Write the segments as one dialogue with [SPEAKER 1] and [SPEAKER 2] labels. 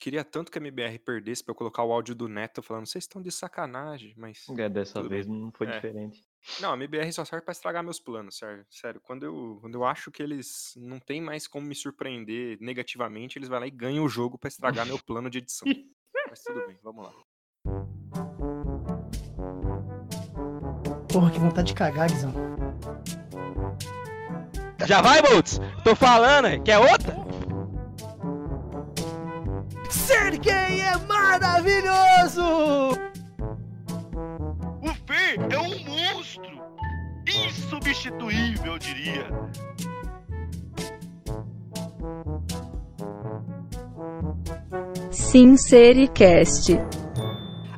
[SPEAKER 1] Queria tanto que a MBR perdesse pra eu colocar o áudio do Neto falando: "Vocês estão de sacanagem", mas
[SPEAKER 2] É, dessa
[SPEAKER 1] tudo
[SPEAKER 2] vez
[SPEAKER 1] bem.
[SPEAKER 2] não foi
[SPEAKER 1] É.
[SPEAKER 2] diferente.
[SPEAKER 1] Não, a MBR só serve pra estragar meus planos, sério sério. Quando eu quando eu acho que eles não têm mais como me surpreender negativamente, eles vai lá e ganham o jogo pra estragar meu plano de edição. Mas tudo bem, vamos lá.
[SPEAKER 3] Porra, que vontade de cagar, Guizão.
[SPEAKER 4] Já vai, Boltz! Tô falando, hein? quer outra?
[SPEAKER 3] Ser gay é maravilhoso!
[SPEAKER 5] O Fer é um monstro! Insubstituível, eu diria.
[SPEAKER 6] Sincericast.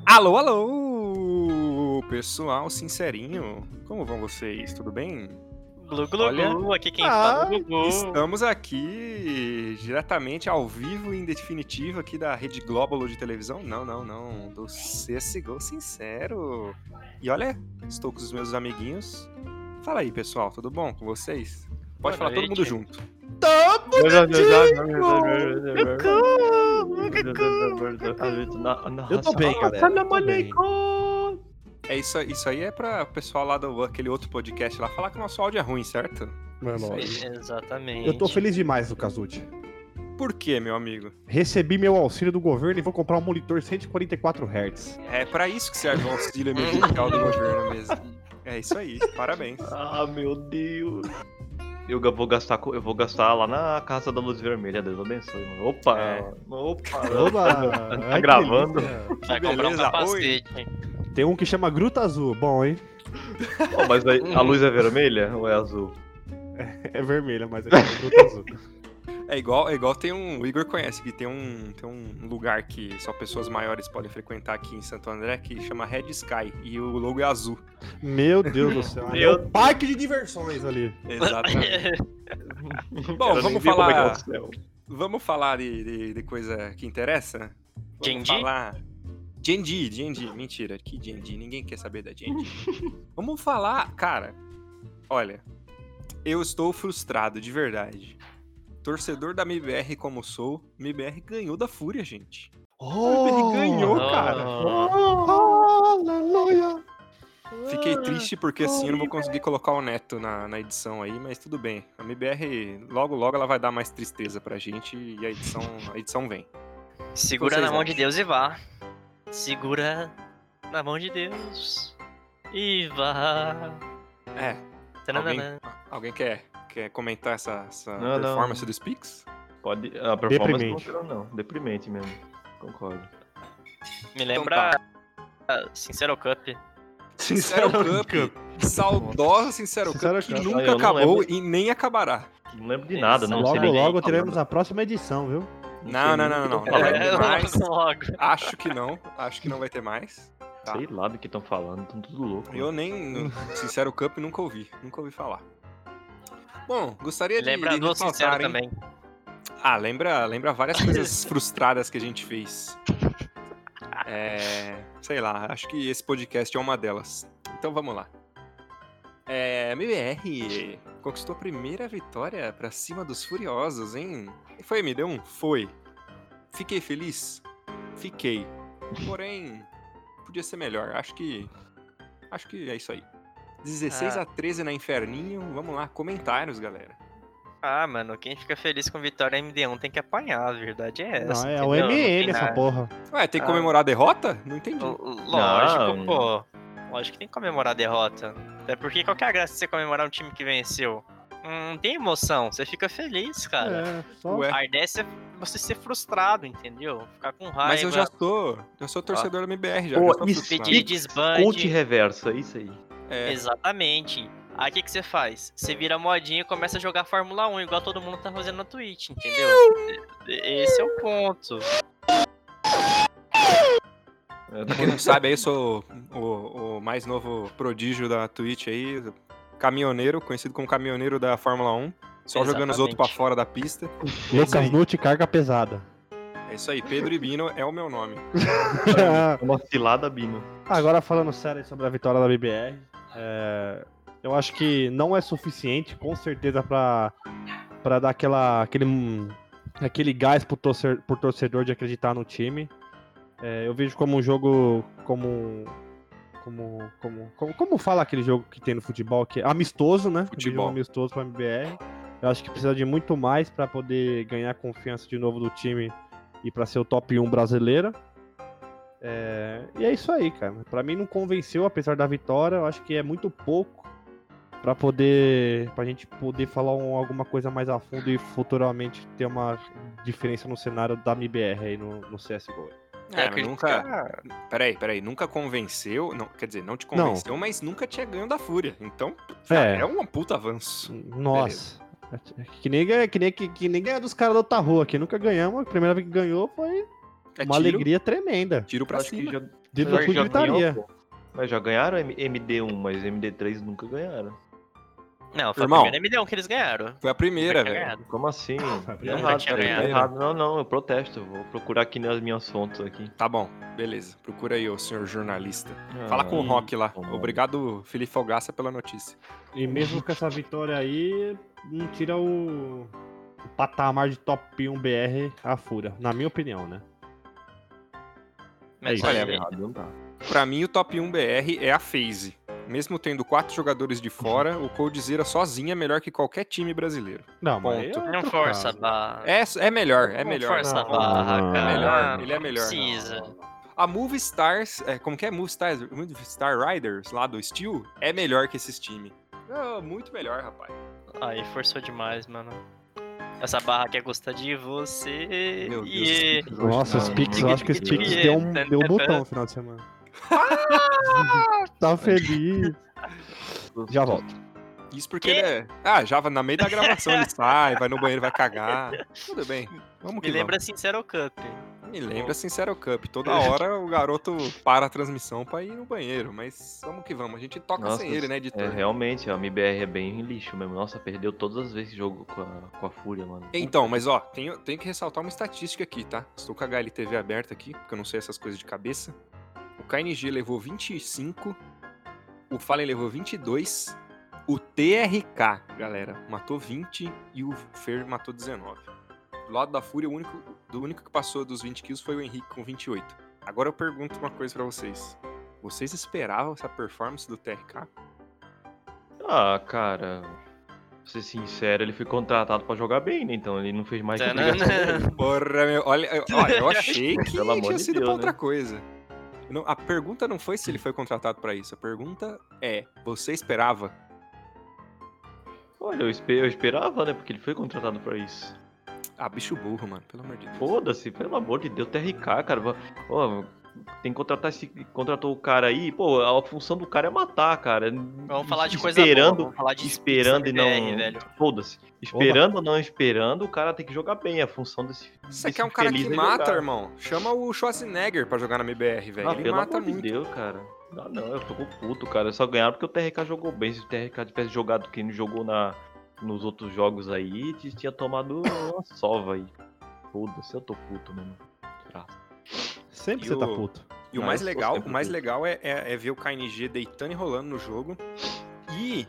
[SPEAKER 1] Alô, alô! Pessoal sincerinho, como vão vocês? Tudo bem?
[SPEAKER 4] Glu, glu,
[SPEAKER 1] Olha.
[SPEAKER 4] glu, aqui quem
[SPEAKER 1] Ah,
[SPEAKER 4] fala é o Gugu.
[SPEAKER 1] Estamos aqui diretamente ao vivo e em definitivo aqui da Rede Glóbulo de televisão. Não, não, não. Do CSGO Sincero. E olha, estou com os meus amiguinhos. Fala aí, pessoal, tudo bom com vocês? Pode falar
[SPEAKER 4] Boa
[SPEAKER 1] todo
[SPEAKER 4] noite.
[SPEAKER 1] mundo junto.
[SPEAKER 2] Eu tô bem, galera.
[SPEAKER 1] É isso, aí- isso aí é para o pessoal lá do aquele outro podcast lá falar que o nosso áudio é ruim, certo?
[SPEAKER 7] Não é
[SPEAKER 1] Isso aí.
[SPEAKER 7] nóis.
[SPEAKER 4] Exatamente.
[SPEAKER 7] Eu tô feliz demais, Lucas Dutti.
[SPEAKER 1] Por quê, meu amigo?
[SPEAKER 7] Recebi meu auxílio do governo e vou comprar um monitor 144 Hz.
[SPEAKER 1] É para isso que serve o auxílio emergencial do governo mesmo. É isso aí, parabéns.
[SPEAKER 2] Ah, meu Deus. Eu ga- vou gastar, co- eu vou gastar lá na Casa da Luz Vermelha, Deus abençoe. Mano. Opa,
[SPEAKER 1] É.
[SPEAKER 2] opa.
[SPEAKER 7] Oba! Ai, que
[SPEAKER 2] gravando?
[SPEAKER 7] delícia.
[SPEAKER 4] Vai comprar um
[SPEAKER 1] beleza, oi.
[SPEAKER 4] capacete, hein?
[SPEAKER 7] Tem um que chama Gruta Azul. Bom, hein?
[SPEAKER 2] Ó, mas aí, a luz é vermelha ou é azul?
[SPEAKER 7] É vermelha, mas é Gruta Azul.
[SPEAKER 1] É igual, é igual tem um. O Igor conhece que tem um, tem um lugar que só pessoas maiores podem frequentar aqui em Santo André que chama Red Sky e o logo é azul.
[SPEAKER 7] Meu Deus do céu. É
[SPEAKER 2] Meu
[SPEAKER 7] um parque de diversões ali.
[SPEAKER 1] Exatamente. Bom,
[SPEAKER 2] Quero nem
[SPEAKER 1] vamos
[SPEAKER 2] ver como é que é
[SPEAKER 1] falar-
[SPEAKER 2] o céu.
[SPEAKER 1] Vamos falar de, de- de coisa que interessa? Vamos
[SPEAKER 4] Gen.G?
[SPEAKER 1] falar. Genji, Genji, mentira, que Genji, ninguém quer saber da Genji. Vamos falar, cara. Olha, eu estou frustrado de verdade. Torcedor da MBR como sou, MBR ganhou da Fúria, gente.
[SPEAKER 7] Oh,
[SPEAKER 1] ele ganhou,
[SPEAKER 4] Oh.
[SPEAKER 1] cara.
[SPEAKER 7] Aleluia.
[SPEAKER 1] Fiquei triste porque assim eu não vou conseguir colocar o Neto na, na edição aí, mas tudo bem. A MBR, logo logo ela vai dar mais tristeza pra gente e a edição, a edição vem.
[SPEAKER 4] Segura
[SPEAKER 1] Vocês
[SPEAKER 4] na mão de
[SPEAKER 1] acham?
[SPEAKER 4] Deus e vá. Segura na mão de Deus e vá.
[SPEAKER 1] É, Alguém,
[SPEAKER 4] Tananana.
[SPEAKER 1] alguém quer, quer comentar essa, essa
[SPEAKER 2] Não, não.
[SPEAKER 1] performance do Speaks?
[SPEAKER 2] Pode, a performance
[SPEAKER 7] Deprimente.
[SPEAKER 2] não, não, deprimente mesmo. Concordo.
[SPEAKER 1] Então
[SPEAKER 4] Me lembra
[SPEAKER 1] tá.
[SPEAKER 4] ah, Sincero Cup.
[SPEAKER 1] Sincero
[SPEAKER 7] um
[SPEAKER 1] Cup, saudosa Sincero,
[SPEAKER 7] Sincero
[SPEAKER 1] Cup, que
[SPEAKER 7] Cup.
[SPEAKER 2] Ah,
[SPEAKER 1] nunca
[SPEAKER 2] eu não
[SPEAKER 1] acabou
[SPEAKER 2] lembro.
[SPEAKER 1] e nem acabará.
[SPEAKER 2] Não lembro de nada, não sei
[SPEAKER 7] Logo,
[SPEAKER 2] nem o que
[SPEAKER 7] logo
[SPEAKER 2] eu tô
[SPEAKER 7] teremos
[SPEAKER 2] falando.
[SPEAKER 7] a próxima edição, viu?
[SPEAKER 1] Não, não, não, não, não.
[SPEAKER 2] Fala,
[SPEAKER 1] vai
[SPEAKER 4] É,
[SPEAKER 1] ter mais.
[SPEAKER 4] logo.
[SPEAKER 1] Acho que não, acho que não vai ter mais. Tá.
[SPEAKER 2] Sei lá do que estão falando, estão tudo louco.
[SPEAKER 1] Eu nem Sincero Cup nunca ouvi, nunca ouvi falar. Bom, gostaria de,
[SPEAKER 4] Lembra
[SPEAKER 1] de
[SPEAKER 4] do Sincero
[SPEAKER 1] ressaltar, é hein?
[SPEAKER 4] também.
[SPEAKER 1] Ah, lembra, lembra várias coisas frustradas que a gente fez. É, sei lá, acho que esse podcast é uma delas. Então vamos lá. É, MBR conquistou a primeira vitória pra cima dos Furiosos, hein? E Foi MD1? Foi. Fiquei feliz? Fiquei. Porém, podia ser melhor. Acho que acho que é isso aí. 16
[SPEAKER 4] Ah.
[SPEAKER 1] a 13 na Inferninho. Vamos lá, comentários, galera.
[SPEAKER 4] Ah, mano, quem fica feliz com vitória é MD1 tem que apanhar, a verdade é essa.
[SPEAKER 7] Não, é o
[SPEAKER 4] entendeu? Não tem
[SPEAKER 7] MM essa
[SPEAKER 4] nada.
[SPEAKER 7] porra.
[SPEAKER 1] Ué, tem que
[SPEAKER 4] Ah.
[SPEAKER 1] comemorar a derrota? Não entendi.
[SPEAKER 4] L- Lógico,
[SPEAKER 2] Não.
[SPEAKER 4] pô. Lógico que tem que comemorar a derrota. Até porque qual que é a graça de você comemorar um time que venceu? Hum, Não tem emoção, você fica feliz, cara.
[SPEAKER 7] É, só...
[SPEAKER 1] Ué.
[SPEAKER 4] A ideia é você- você ser frustrado, entendeu? Ficar com raiva.
[SPEAKER 1] Mas eu já sou, eu sou torcedor da MBR já.
[SPEAKER 2] Pô,
[SPEAKER 1] já sou
[SPEAKER 2] isso-
[SPEAKER 1] frustrado.
[SPEAKER 4] Pedir desbande.
[SPEAKER 2] Coach reversa, isso aí.
[SPEAKER 1] É,
[SPEAKER 4] Exatamente. Aí o que, que você faz? Você vira modinha e começa a jogar Fórmula 1, igual todo mundo tá fazendo na Twitch, entendeu? E- Esse é o ponto.
[SPEAKER 2] É,
[SPEAKER 1] pra quem não sabe, aí eu sou o, o mais novo prodígio da Twitch aí, caminhoneiro, conhecido como caminhoneiro da Fórmula 1, só jogando os outros pra
[SPEAKER 4] Exatamente.
[SPEAKER 1] fora da pista.
[SPEAKER 7] Lucas Nutt, carga pesada.
[SPEAKER 1] É isso aí, Pedro Ibino é o meu nome.
[SPEAKER 2] Uma cilada, Bino.
[SPEAKER 7] Agora falando sério sobre a vitória da BBR, é, eu acho que não é suficiente, com certeza, pra, pra dar aquela, aquele, hum, aquele gás pro torcer- pro torcedor de acreditar no time. É, eu vejo como um jogo. Como, como, como, como. Como fala aquele jogo que tem no futebol, que é amistoso, né? Eu vejo um
[SPEAKER 1] Futebol.
[SPEAKER 7] Amistoso pra MBR. Eu acho que precisa de muito mais pra poder ganhar confiança de novo do time e pra ser o top 1 brasileira. É, e é isso aí, cara. Pra mim não convenceu, apesar da vitória. Eu acho que é muito pouco pra poder, pra gente poder falar um- alguma coisa mais a fundo e futuramente ter uma diferença no cenário da MBR aí no, no CSGO.
[SPEAKER 1] É, mas
[SPEAKER 4] acredito
[SPEAKER 1] nunca. Peraí, peraí. Nunca convenceu. Não, quer dizer, não te convenceu, mas nunca tinha ganho da Fúria. Então, cara,
[SPEAKER 7] É.
[SPEAKER 1] é um puta avanço.
[SPEAKER 7] Nossa. É, Que nem, ganha- que, nem, que, que nem ganha dos caras da outra rua aqui. Nunca ganhamos. A primeira vez que ganhou foi
[SPEAKER 1] É tiro,
[SPEAKER 7] uma alegria tremenda.
[SPEAKER 1] Tiro pra
[SPEAKER 2] Acho que
[SPEAKER 1] cima.
[SPEAKER 2] já,
[SPEAKER 7] Dentro
[SPEAKER 2] já-
[SPEAKER 7] da
[SPEAKER 2] já
[SPEAKER 7] sua gritaria.
[SPEAKER 2] ganhou, pô. Mas já ganharam M- MD1, mas MD3 nunca ganharam.
[SPEAKER 4] é. Não, foi
[SPEAKER 1] Irmão.
[SPEAKER 4] a primeira MD1 que eles ganharam.
[SPEAKER 1] Foi a primeira,
[SPEAKER 4] Foi
[SPEAKER 1] velho.
[SPEAKER 4] ganhado.
[SPEAKER 2] Como assim?
[SPEAKER 4] primeira
[SPEAKER 2] Tá errado,
[SPEAKER 4] tinha
[SPEAKER 2] tá
[SPEAKER 4] ganhado.
[SPEAKER 2] errado. Não, não, eu protesto. eu Vou procurar aqui nas minhas fontes aqui.
[SPEAKER 1] Tá bom, beleza. Procura aí, ô senhor jornalista.
[SPEAKER 2] Ah,
[SPEAKER 1] Fala com o Rock lá.
[SPEAKER 2] tomara.
[SPEAKER 1] Obrigado, Felipe Fogaça, pela notícia.
[SPEAKER 7] E mesmo com essa vitória aí, não tira o, o patamar de top 1 BR a fúria. Na minha opinião, né?
[SPEAKER 4] Mas
[SPEAKER 7] isso.
[SPEAKER 4] olha,
[SPEAKER 1] Olha,
[SPEAKER 2] Errado, não tá.
[SPEAKER 1] Pra mim, o top 1 BR é a FaZe. Mesmo tendo quatro jogadores de fora, o Coldzera sozinha é melhor que qualquer time brasileiro.
[SPEAKER 7] Não, mas
[SPEAKER 1] Ponto.
[SPEAKER 7] aí é
[SPEAKER 4] não
[SPEAKER 7] outro
[SPEAKER 4] força a
[SPEAKER 7] caso.
[SPEAKER 4] barra.
[SPEAKER 1] É, é melhor, é
[SPEAKER 4] Não
[SPEAKER 1] melhor.
[SPEAKER 4] Força a
[SPEAKER 7] Não,
[SPEAKER 4] barra,
[SPEAKER 7] não,
[SPEAKER 4] cara.
[SPEAKER 1] É melhor, ele é
[SPEAKER 4] Não
[SPEAKER 1] melhor.
[SPEAKER 4] Ah, Precisa.
[SPEAKER 1] A Move Stars, é, como que é? Move Stars, Move Star Riders lá do Steel é melhor que esses times. Ah, muito melhor, rapaz.
[SPEAKER 4] Aí forçou demais, mano. Essa barra quer gostar de você.
[SPEAKER 1] Meu Deus,
[SPEAKER 4] e...
[SPEAKER 1] esses Pix hoje
[SPEAKER 7] Nossa, os
[SPEAKER 1] não-
[SPEAKER 7] Pix, eu acho que os Pix deu um, deu um botão no final de semana. tá feliz. Já volto.
[SPEAKER 1] Isso porque ele é. Ah, já vai- na meio da gravação ele sai, vai no banheiro, vai cagar. Tudo bem. Vamos que
[SPEAKER 4] Me lembra Sincero Cup.
[SPEAKER 1] vamos. Me lembra Sincero Cup. Toda hora o garoto para a transmissão pra ir no banheiro. Mas vamos que vamos. A gente toca
[SPEAKER 2] Nossa,
[SPEAKER 1] sem ele, né,
[SPEAKER 2] É,
[SPEAKER 1] editor?
[SPEAKER 2] realmente, a MBR é bem lixo mesmo. Nossa, perdeu todas as vezes que jogou com a, com a Fúria, mano.
[SPEAKER 1] Então, mas ó, tenho, tenho que ressaltar uma estatística aqui, tá? Estou com a HLTV aberta aqui, porque eu não sei essas coisas de cabeça. O KNG levou 25, o Fallen levou 22, o TRK, galera, matou 20 e o Fer matou 19. Do lado da Fúria, o único, do único que passou dos 20 kills foi o Henrique com 28. Agora eu pergunto uma coisa pra vocês. Vocês esperavam essa performance do TRK?
[SPEAKER 2] Ah, cara. Pra ser sincero, ele foi contratado pra jogar bem, né? Então ele não fez mais que tá
[SPEAKER 4] Tanana.
[SPEAKER 2] obrigação dele.
[SPEAKER 1] Porra, meu, olha, olha, eu achei que
[SPEAKER 2] Pelo amor
[SPEAKER 1] tinha
[SPEAKER 2] de
[SPEAKER 1] sido
[SPEAKER 2] Deus,
[SPEAKER 1] pra
[SPEAKER 2] né?
[SPEAKER 1] outra coisa. Não, a pergunta não foi se ele foi contratado pra isso. A pergunta é: você esperava?
[SPEAKER 2] Olha, eu, espe- eu esperava, né? Porque ele foi contratado pra isso.
[SPEAKER 1] Ah, bicho burro, mano, pelo amor de Deus.
[SPEAKER 2] Foda-se, pelo amor de Deus, TRK, cara. Va- Ó, tem que contratar esse. Contratou o cara aí, pô, a função do cara é matar, cara.
[SPEAKER 4] Vamos falar de coisa boa.
[SPEAKER 2] Esperando,
[SPEAKER 4] Vamos falar de
[SPEAKER 2] esperando e não.
[SPEAKER 4] BR, velho.
[SPEAKER 2] Foda-se. Esperando ou não esperando, o cara tem que jogar bem. A função desse.
[SPEAKER 1] Você
[SPEAKER 2] desse
[SPEAKER 1] quer um cara
[SPEAKER 2] feliz
[SPEAKER 1] que
[SPEAKER 2] é
[SPEAKER 1] mata,
[SPEAKER 2] jogar.
[SPEAKER 1] irmão? Chama o Schwarzenegger pra jogar na MBR, velho.
[SPEAKER 2] Ah,
[SPEAKER 1] ele
[SPEAKER 2] pelo
[SPEAKER 1] mata
[SPEAKER 2] amor
[SPEAKER 1] muito.
[SPEAKER 2] de Deus, cara. Não, não, eu fico puto, cara. Só ganharam porque o TRK jogou bem. Se o TRK tivesse jogado quem jogou na, nos outros jogos aí, t- tinha tomado uma sova aí. Foda-se, eu tô puto mesmo. Graça.
[SPEAKER 7] Sempre
[SPEAKER 1] E
[SPEAKER 7] você tá
[SPEAKER 1] o-
[SPEAKER 7] puto.
[SPEAKER 1] E o
[SPEAKER 2] Ah,
[SPEAKER 1] mais
[SPEAKER 2] eu sou
[SPEAKER 1] legal, o
[SPEAKER 2] sempre
[SPEAKER 1] mais
[SPEAKER 2] puto.
[SPEAKER 1] legal é, é- é ver o KNG deitando e rolando no jogo. E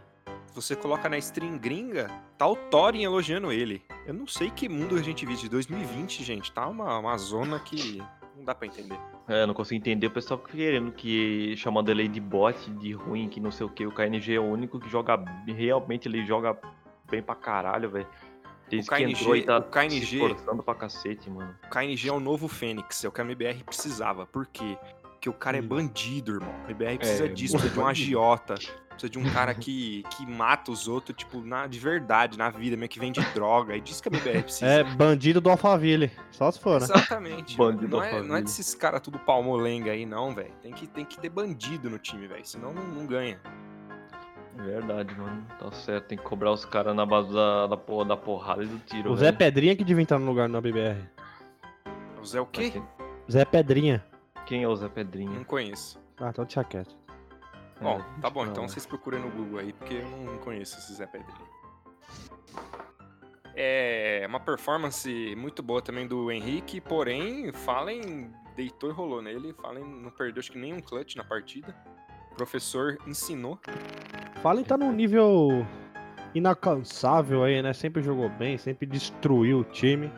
[SPEAKER 1] você coloca na stream gringa, tá o Thorin elogiando ele. Eu não sei que mundo a gente vive de 2020, gente. Tá uma, uma zona que não dá pra entender.
[SPEAKER 2] É, eu não consigo entender o pessoal querendo que chamando ele de bot, de ruim, que não sei o que. O KNG é o único que joga realmente, ele joga bem pra caralho, velho. Tem
[SPEAKER 1] O
[SPEAKER 2] esse que
[SPEAKER 1] KNG
[SPEAKER 2] entrou e tá
[SPEAKER 1] o KNG
[SPEAKER 2] se esforçando pra cacete, mano.
[SPEAKER 1] O KNG é o novo Fênix, é o que a MBR precisava. Por quê? Porque o cara é
[SPEAKER 7] Hum.
[SPEAKER 1] bandido, irmão. A MBR precisa
[SPEAKER 2] É,
[SPEAKER 1] disso, precisa de um agiota. Precisa de um cara que, que mata os outros, tipo, na, de verdade, na vida, meio que vende droga. É disso que a MBR precisa.
[SPEAKER 2] né?
[SPEAKER 7] É bandido do Alphaville. Só se for, né?
[SPEAKER 1] Exatamente.
[SPEAKER 2] Bandido
[SPEAKER 1] não,
[SPEAKER 2] da
[SPEAKER 1] é, não é
[SPEAKER 2] família.
[SPEAKER 1] desses caras tudo palmolenga aí, não, velho. Tem que, tem que ter bandido no time, velho. Senão não, não ganha.
[SPEAKER 2] Verdade, mano. Tá certo, tem que cobrar os caras na base da, da, porra- da porrada e do tiro. né?
[SPEAKER 7] O Zé
[SPEAKER 2] velho.
[SPEAKER 7] Pedrinha que devia entrar no lugar do BR.
[SPEAKER 1] O Zé é o quê?
[SPEAKER 7] Zé Pedrinha.
[SPEAKER 2] Quem é o Zé Pedrinha?
[SPEAKER 1] Não conheço.
[SPEAKER 7] Ah, então deixa quieto.
[SPEAKER 1] Bom, Hum, tá bom,
[SPEAKER 2] não,
[SPEAKER 1] então
[SPEAKER 2] né?
[SPEAKER 1] vocês procurem no Google aí, porque eu não conheço esse Zé Pedrinho. É uma performance muito boa também do Henrique, porém, Fallen deitou e rolou nele. Fallen não perdeu, acho que nenhum clutch na partida. O professor ensinou.
[SPEAKER 7] Fallen tá num nível inalcançável aí, né? Sempre jogou bem, sempre destruiu o time.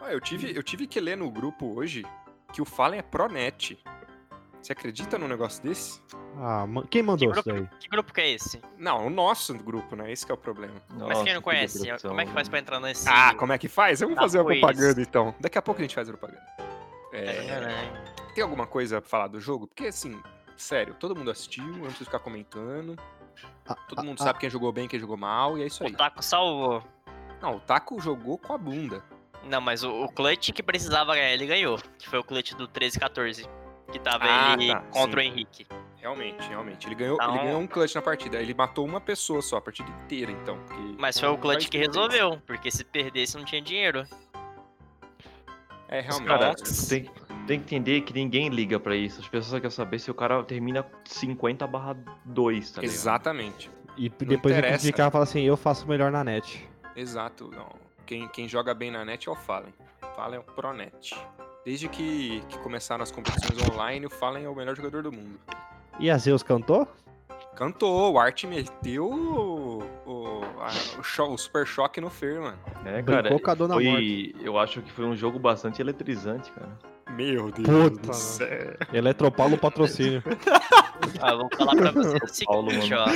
[SPEAKER 1] Ó, eu, tive, eu tive que ler no grupo hoje que o Fallen é pró-net. Você acredita num negócio desse?
[SPEAKER 7] Ah, ma- quem mandou
[SPEAKER 4] Que
[SPEAKER 7] isso daí?
[SPEAKER 4] Que grupo que é esse?
[SPEAKER 1] Não, o nosso grupo, né? Esse que é o problema.
[SPEAKER 4] Mas
[SPEAKER 2] tipo
[SPEAKER 4] quem não conhece, como é que
[SPEAKER 2] né?
[SPEAKER 4] faz pra entrar nesse...
[SPEAKER 1] Ah, como é que faz? Vamos
[SPEAKER 4] Tá,
[SPEAKER 1] fazer uma
[SPEAKER 4] pois.
[SPEAKER 1] propaganda então. Daqui a pouco a gente faz a propaganda. É,
[SPEAKER 4] É,
[SPEAKER 1] tem alguma coisa pra falar do jogo? Porque assim, sério, todo mundo assistiu, eu não preciso ficar comentando. Todo mundo sabe quem jogou bem, quem jogou mal, e é isso aí.
[SPEAKER 4] o Taco salvou.
[SPEAKER 1] Não, o Taco jogou com a bunda.
[SPEAKER 4] Não, mas o, o clutch que precisava ganhar, ele ganhou. Que foi o clutch do 13-14. Que tava
[SPEAKER 1] Ah,
[SPEAKER 4] ele
[SPEAKER 1] tá,
[SPEAKER 4] contra o
[SPEAKER 1] sim.
[SPEAKER 4] Henrique.
[SPEAKER 1] Realmente, realmente. Ele ganhou,
[SPEAKER 4] Tá
[SPEAKER 1] ele
[SPEAKER 4] um-
[SPEAKER 1] ganhou um clutch na partida. Ele matou uma pessoa só, a partida inteira, então. porque-
[SPEAKER 4] Mas foi o clutch
[SPEAKER 1] Mas
[SPEAKER 4] que
[SPEAKER 1] não tem
[SPEAKER 4] resolveu, porque se perdesse não tinha dinheiro.
[SPEAKER 1] É, realmente.
[SPEAKER 4] tá
[SPEAKER 2] Cara, né? tem, tem que entender que ninguém liga pra isso. As pessoas só querem saber se o cara termina 50 barra 2, tá ligado?
[SPEAKER 1] Exatamente.
[SPEAKER 7] E depois ele
[SPEAKER 1] interessa.
[SPEAKER 7] criticar e falar assim, eu faço melhor na net.
[SPEAKER 1] Exato. Não. Quem, quem joga bem na net é o Fallen. O Fallen é o Pronet. Desde que, que começaram as competições online, o Fallen é o melhor jogador do mundo.
[SPEAKER 7] E a Zeus cantou?
[SPEAKER 1] Cantou, o Art meteu o, o, a- o, cho- o Super Choque no Fer, mano.
[SPEAKER 2] É, cara.
[SPEAKER 7] Brincou com a Dona Morte.
[SPEAKER 2] Foi, eu acho que foi um jogo bastante eletrizante, cara.
[SPEAKER 1] Meu Deus
[SPEAKER 7] Puta,
[SPEAKER 1] do
[SPEAKER 7] mano.
[SPEAKER 1] céu.
[SPEAKER 7] Eletropaulo patrocínio.
[SPEAKER 4] Ah, eu vou falar pra vocês o
[SPEAKER 2] Paulo,
[SPEAKER 4] seguinte, ó.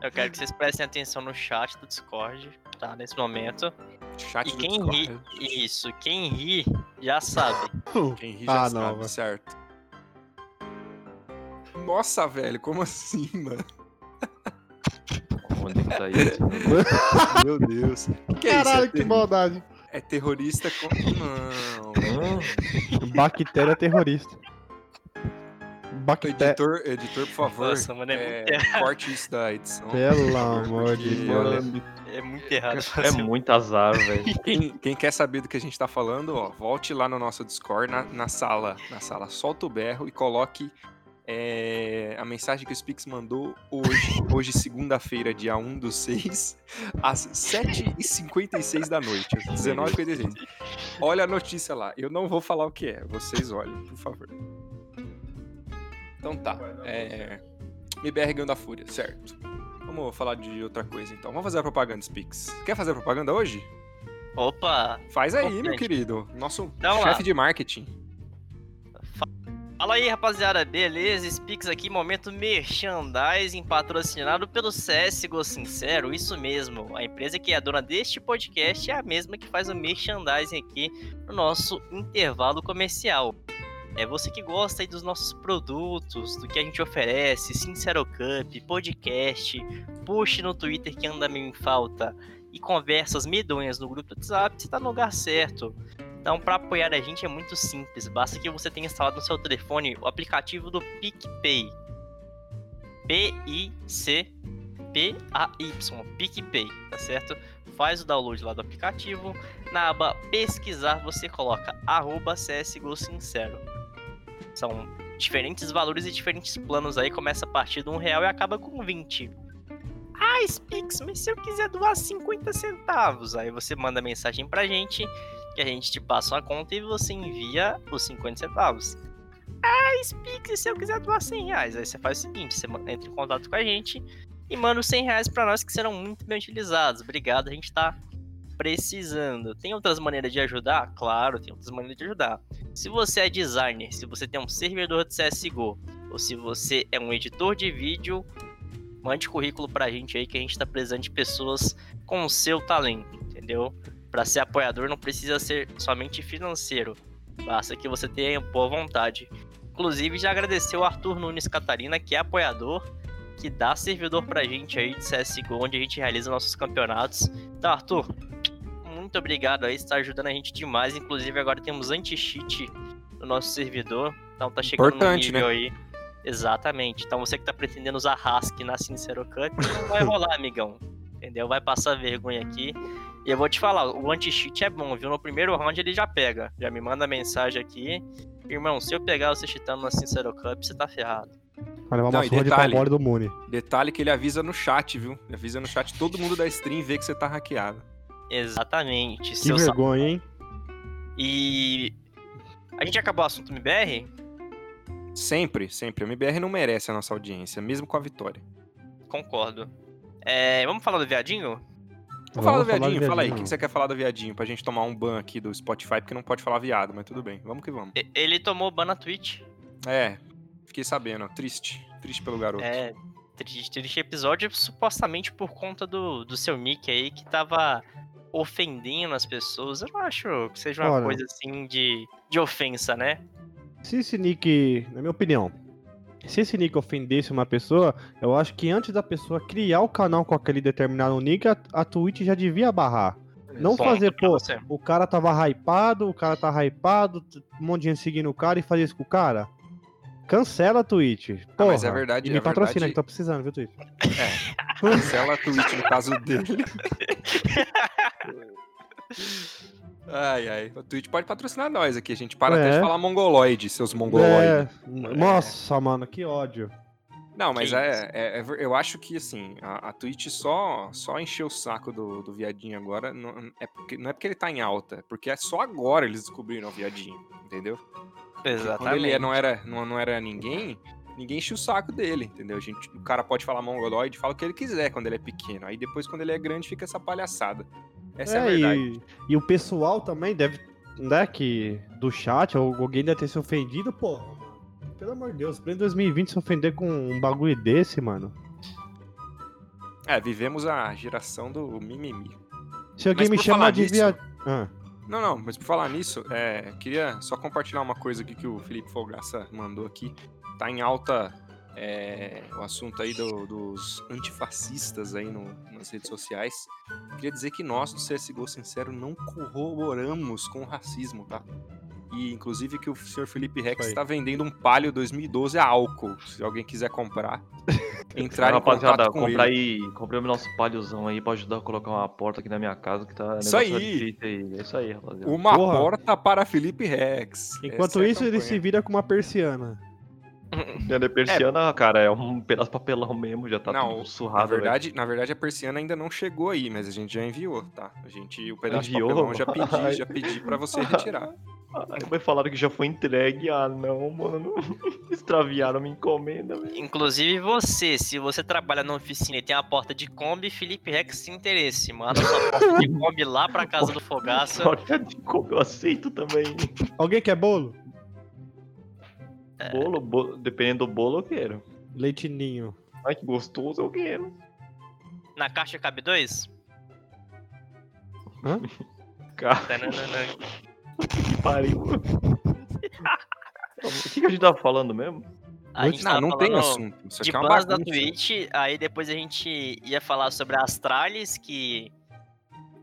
[SPEAKER 4] Eu quero que vocês prestem atenção no chat do Discord, tá? Nesse momento.
[SPEAKER 1] Chat
[SPEAKER 4] E
[SPEAKER 1] do
[SPEAKER 4] quem
[SPEAKER 1] Discord.
[SPEAKER 4] ri, isso, quem ri, já sabe.
[SPEAKER 1] Quem ri já
[SPEAKER 7] Ah, não,
[SPEAKER 1] sabe,
[SPEAKER 7] velho.
[SPEAKER 1] certo. Nossa, velho, como assim, mano?
[SPEAKER 2] Onde que tá isso?
[SPEAKER 1] Meu Deus. Que é
[SPEAKER 7] Caralho,
[SPEAKER 1] isso?
[SPEAKER 7] que maldade.
[SPEAKER 1] É terrorista com. Não.
[SPEAKER 7] É.
[SPEAKER 1] Hum,
[SPEAKER 7] Bactéria terrorista. Bactéria.
[SPEAKER 1] Editor, editor, por favor.
[SPEAKER 4] Nossa, mano, é, muito,
[SPEAKER 1] é, corte isso da edição.
[SPEAKER 7] Pelo amor de Deus.
[SPEAKER 4] errado, é muito errado
[SPEAKER 2] É
[SPEAKER 4] fazer.
[SPEAKER 2] muito azar, velho.
[SPEAKER 1] Quem, quem quer saber do que a gente tá falando, ó, volte lá no nosso Discord, na, na sala. Na sala, solta o berro e coloque é, a mensagem que o Spix mandou hoje, hoje segunda-feira, dia 1 do 6, às 7h56 da noite, às 19h56. Olha a notícia lá. Eu não vou falar o que é, vocês olhem, por favor. Então tá. É, MBR ganhando a fúria, certo. Vamos falar de outra coisa então. Vamos fazer a propaganda, Spix. Quer fazer a propaganda hoje?
[SPEAKER 4] Opa,
[SPEAKER 1] Faz aí, meu
[SPEAKER 4] Importante.
[SPEAKER 1] querido. Nosso
[SPEAKER 4] Então,
[SPEAKER 1] chefe
[SPEAKER 4] lá.
[SPEAKER 1] de marketing.
[SPEAKER 4] Fala aí, rapaziada, beleza? Spix aqui, momento merchandising patrocinado pelo CSGO Sincero, isso mesmo. A empresa que é a dona deste podcast é a mesma que faz o merchandising aqui no nosso intervalo comercial. É você que gosta aí dos nossos produtos, do que a gente oferece, Sincero Cup, podcast, push no Twitter que anda meio em falta e conversas medonhas no grupo do WhatsApp, você tá no lugar certo. Então, para apoiar a gente é muito simples, basta que você tenha instalado no seu telefone o aplicativo do PicPay. P-I-C-P-A-Y, PicPay, tá certo? Faz o download lá do aplicativo. Na aba pesquisar, você coloca arroba CSGO Sincero. São diferentes valores e diferentes planos aí, começa a partir de um real e acaba com 20. Ah, Spix, mas se eu quiser doar 50 centavos, aí você manda mensagem pra gente que a gente te passa uma conta e você envia os 50 centavos. Ah, Spix, e se eu quiser doar 100 reais? Aí você faz o seguinte, você ma- entra em contato com a gente e manda os 100 reais pra nós que serão muito bem utilizados. Obrigado, a gente tá precisando. Tem outras maneiras de ajudar? Claro, tem outras maneiras de ajudar. Se você é designer, se você tem um servidor de CSGO, ou se você é um editor de vídeo, mande currículo pra gente aí que a gente tá precisando de pessoas com o seu talento, entendeu? Para ser apoiador não precisa ser somente financeiro, basta que você tenha boa vontade. Inclusive, já agradecer o Arthur Nunes Catarina, que é apoiador, que dá servidor pra gente aí de CSGO, onde a gente realiza nossos campeonatos. Então, Arthur, muito obrigado aí, você tá ajudando a gente demais. Inclusive, agora temos anti-cheat no nosso servidor, então tá chegando
[SPEAKER 1] Importante,
[SPEAKER 4] no nível aí. Exatamente. Então, você que tá pretendendo usar Rask na Sincero Cup, não vai rolar, amigão. Entendeu? Vai passar vergonha aqui. E eu vou te falar, o anti-cheat é bom, viu? No primeiro round ele já pega. Já me manda mensagem aqui. Irmão, se eu pegar você cheatando na Sincero Cup, você tá ferrado.
[SPEAKER 7] Vai levar
[SPEAKER 1] Não,
[SPEAKER 7] uma
[SPEAKER 1] e
[SPEAKER 7] surra de
[SPEAKER 1] detalhe.
[SPEAKER 7] palmole do Mune.
[SPEAKER 1] Detalhe que ele avisa no chat, viu? Ele avisa no chat todo mundo da stream vê que você tá hackeado.
[SPEAKER 4] Exatamente.
[SPEAKER 7] Que
[SPEAKER 4] Seu sa-
[SPEAKER 7] vergonha, hein?
[SPEAKER 4] E. A gente acabou o assunto MBR?
[SPEAKER 1] Sempre, sempre. A MBR não merece a nossa audiência, mesmo com a vitória.
[SPEAKER 4] Concordo. É, vamos falar do viadinho?
[SPEAKER 1] Vamos falar do
[SPEAKER 7] Vamos falar do
[SPEAKER 1] viadinho, fala aí. O
[SPEAKER 7] viadinho.
[SPEAKER 1] que que você quer falar do viadinho? Pra gente tomar um ban aqui do Spotify, porque não pode falar viado, mas tudo bem. Vamos que vamos.
[SPEAKER 4] E- Ele tomou ban na Twitch.
[SPEAKER 1] É, fiquei sabendo. Triste. Triste pelo garoto.
[SPEAKER 4] É, triste, triste episódio, supostamente por conta do, do seu nick aí, que tava ofendendo as pessoas. Eu não acho que seja uma
[SPEAKER 7] Olha.
[SPEAKER 4] coisa assim de, de ofensa, né?
[SPEAKER 7] Se esse nick, na minha opinião, se esse nick ofendesse uma pessoa, eu acho que antes da pessoa criar o canal com aquele determinado nick, a, a Twitch já devia barrar. Não
[SPEAKER 4] Ponto
[SPEAKER 7] fazer,
[SPEAKER 4] pra
[SPEAKER 7] pô,
[SPEAKER 4] você.
[SPEAKER 7] o cara tava hypado, o cara tá hypado, t- um monte de gente seguindo o cara e fazer isso com o cara. Cancela a Twitch.
[SPEAKER 1] Ah,
[SPEAKER 7] Porra.
[SPEAKER 1] mas é verdade,
[SPEAKER 7] E me
[SPEAKER 1] é
[SPEAKER 7] patrocina
[SPEAKER 1] verdade.
[SPEAKER 7] que tá precisando, viu, Twitch?
[SPEAKER 1] Cancela a Twitch no caso dele. ai, ai. O Twitch pode patrocinar nós aqui. A gente para até de
[SPEAKER 7] É.
[SPEAKER 1] falar mongoloide, seus mongoloides.
[SPEAKER 7] É, Nossa, mano, que ódio.
[SPEAKER 1] Não, mas
[SPEAKER 4] Que
[SPEAKER 1] é, é- é ver- eu acho que assim, a, a Twitch só, só encheu o saco do, do viadinho agora. Não é, porque, não é porque ele tá em alta, é porque é só agora eles descobriram o viadinho, entendeu? Quando
[SPEAKER 4] Exatamente.
[SPEAKER 1] ele é- não era, não, não era ninguém, ninguém enche o saco dele, entendeu? A gente, o cara pode falar mongoloide, fala o que ele quiser quando ele é pequeno. Aí depois, quando ele é grande, fica essa palhaçada. Essa é, a
[SPEAKER 7] É,
[SPEAKER 1] verdade.
[SPEAKER 7] e, e o pessoal também deve, né, que do chat, ou alguém deve ter se ofendido, pô. Pelo amor de Deus, pra em 2020 se ofender com um bagulho desse, mano.
[SPEAKER 1] É, vivemos a geração do mimimi.
[SPEAKER 7] Se alguém
[SPEAKER 1] Mas
[SPEAKER 7] me
[SPEAKER 1] por
[SPEAKER 7] chama
[SPEAKER 1] falar
[SPEAKER 7] de
[SPEAKER 1] nisso-
[SPEAKER 7] viado. Ah,
[SPEAKER 1] Não, não, mas por falar nisso, é, queria só compartilhar uma coisa aqui que o Felipe Fogaça mandou aqui. Tá em alta é, o assunto aí do- dos antifascistas aí no- nas redes sociais. Queria dizer que nós, do CSGO Sincero, não corroboramos com o racismo, tá? E inclusive que o senhor Felipe Rex
[SPEAKER 7] Isso aí.
[SPEAKER 1] está vendendo um Palio 2012 a álcool. Se alguém quiser comprar, entrar em
[SPEAKER 2] Rapaziada,
[SPEAKER 1] contato com
[SPEAKER 2] compra
[SPEAKER 1] ele.
[SPEAKER 2] aí, comprei o nosso palhozão aí pra ajudar a colocar uma porta aqui na minha casa que tá
[SPEAKER 1] Isso
[SPEAKER 2] negócio
[SPEAKER 1] aí.
[SPEAKER 2] tá difícil aí. É isso aí, rapaziada.
[SPEAKER 1] Uma
[SPEAKER 7] Porra.
[SPEAKER 1] porta para Felipe Rex. Essa
[SPEAKER 7] Enquanto
[SPEAKER 1] é a
[SPEAKER 7] isso, ele
[SPEAKER 1] campanha.
[SPEAKER 7] se vira com uma persiana.
[SPEAKER 2] Minha persiana, cara, é um pedaço de papelão mesmo, já tá
[SPEAKER 1] Não,
[SPEAKER 2] tudo
[SPEAKER 1] Na
[SPEAKER 2] surrado, velho.
[SPEAKER 1] verdade, na verdade, a persiana ainda não chegou aí, mas a gente já enviou, tá? A gente, o pedaço
[SPEAKER 2] Enviou?
[SPEAKER 1] de papelão já pedi, já pedi pra você retirar.
[SPEAKER 2] Aí mas falaram Ah, é que já foi entregue. Ah, não, mano. Extraviaram minha encomenda, velho.
[SPEAKER 4] Inclusive você, se você trabalha na oficina e tem a porta de Kombi, Felipe Rex se interesse. Manda sua porta de Kombi lá pra casa do Fogaça.
[SPEAKER 2] Olha de como eu aceito também.
[SPEAKER 7] Alguém quer bolo?
[SPEAKER 2] Bolo, bolo, dependendo do bolo, eu quero.
[SPEAKER 7] Leitinho.
[SPEAKER 2] Ai, que gostoso, eu quero.
[SPEAKER 4] Na caixa cabe dois?
[SPEAKER 2] Cara,
[SPEAKER 4] Tananana.
[SPEAKER 2] que pariu. O que, que a gente tava falando mesmo?
[SPEAKER 4] A gente
[SPEAKER 1] não,
[SPEAKER 4] tava
[SPEAKER 1] não tem
[SPEAKER 4] falando
[SPEAKER 1] assunto. Isso
[SPEAKER 4] de
[SPEAKER 1] aqui é uma
[SPEAKER 4] bans da
[SPEAKER 1] bagunça.
[SPEAKER 4] Twitch, aí depois a gente ia falar sobre a Astralis, que,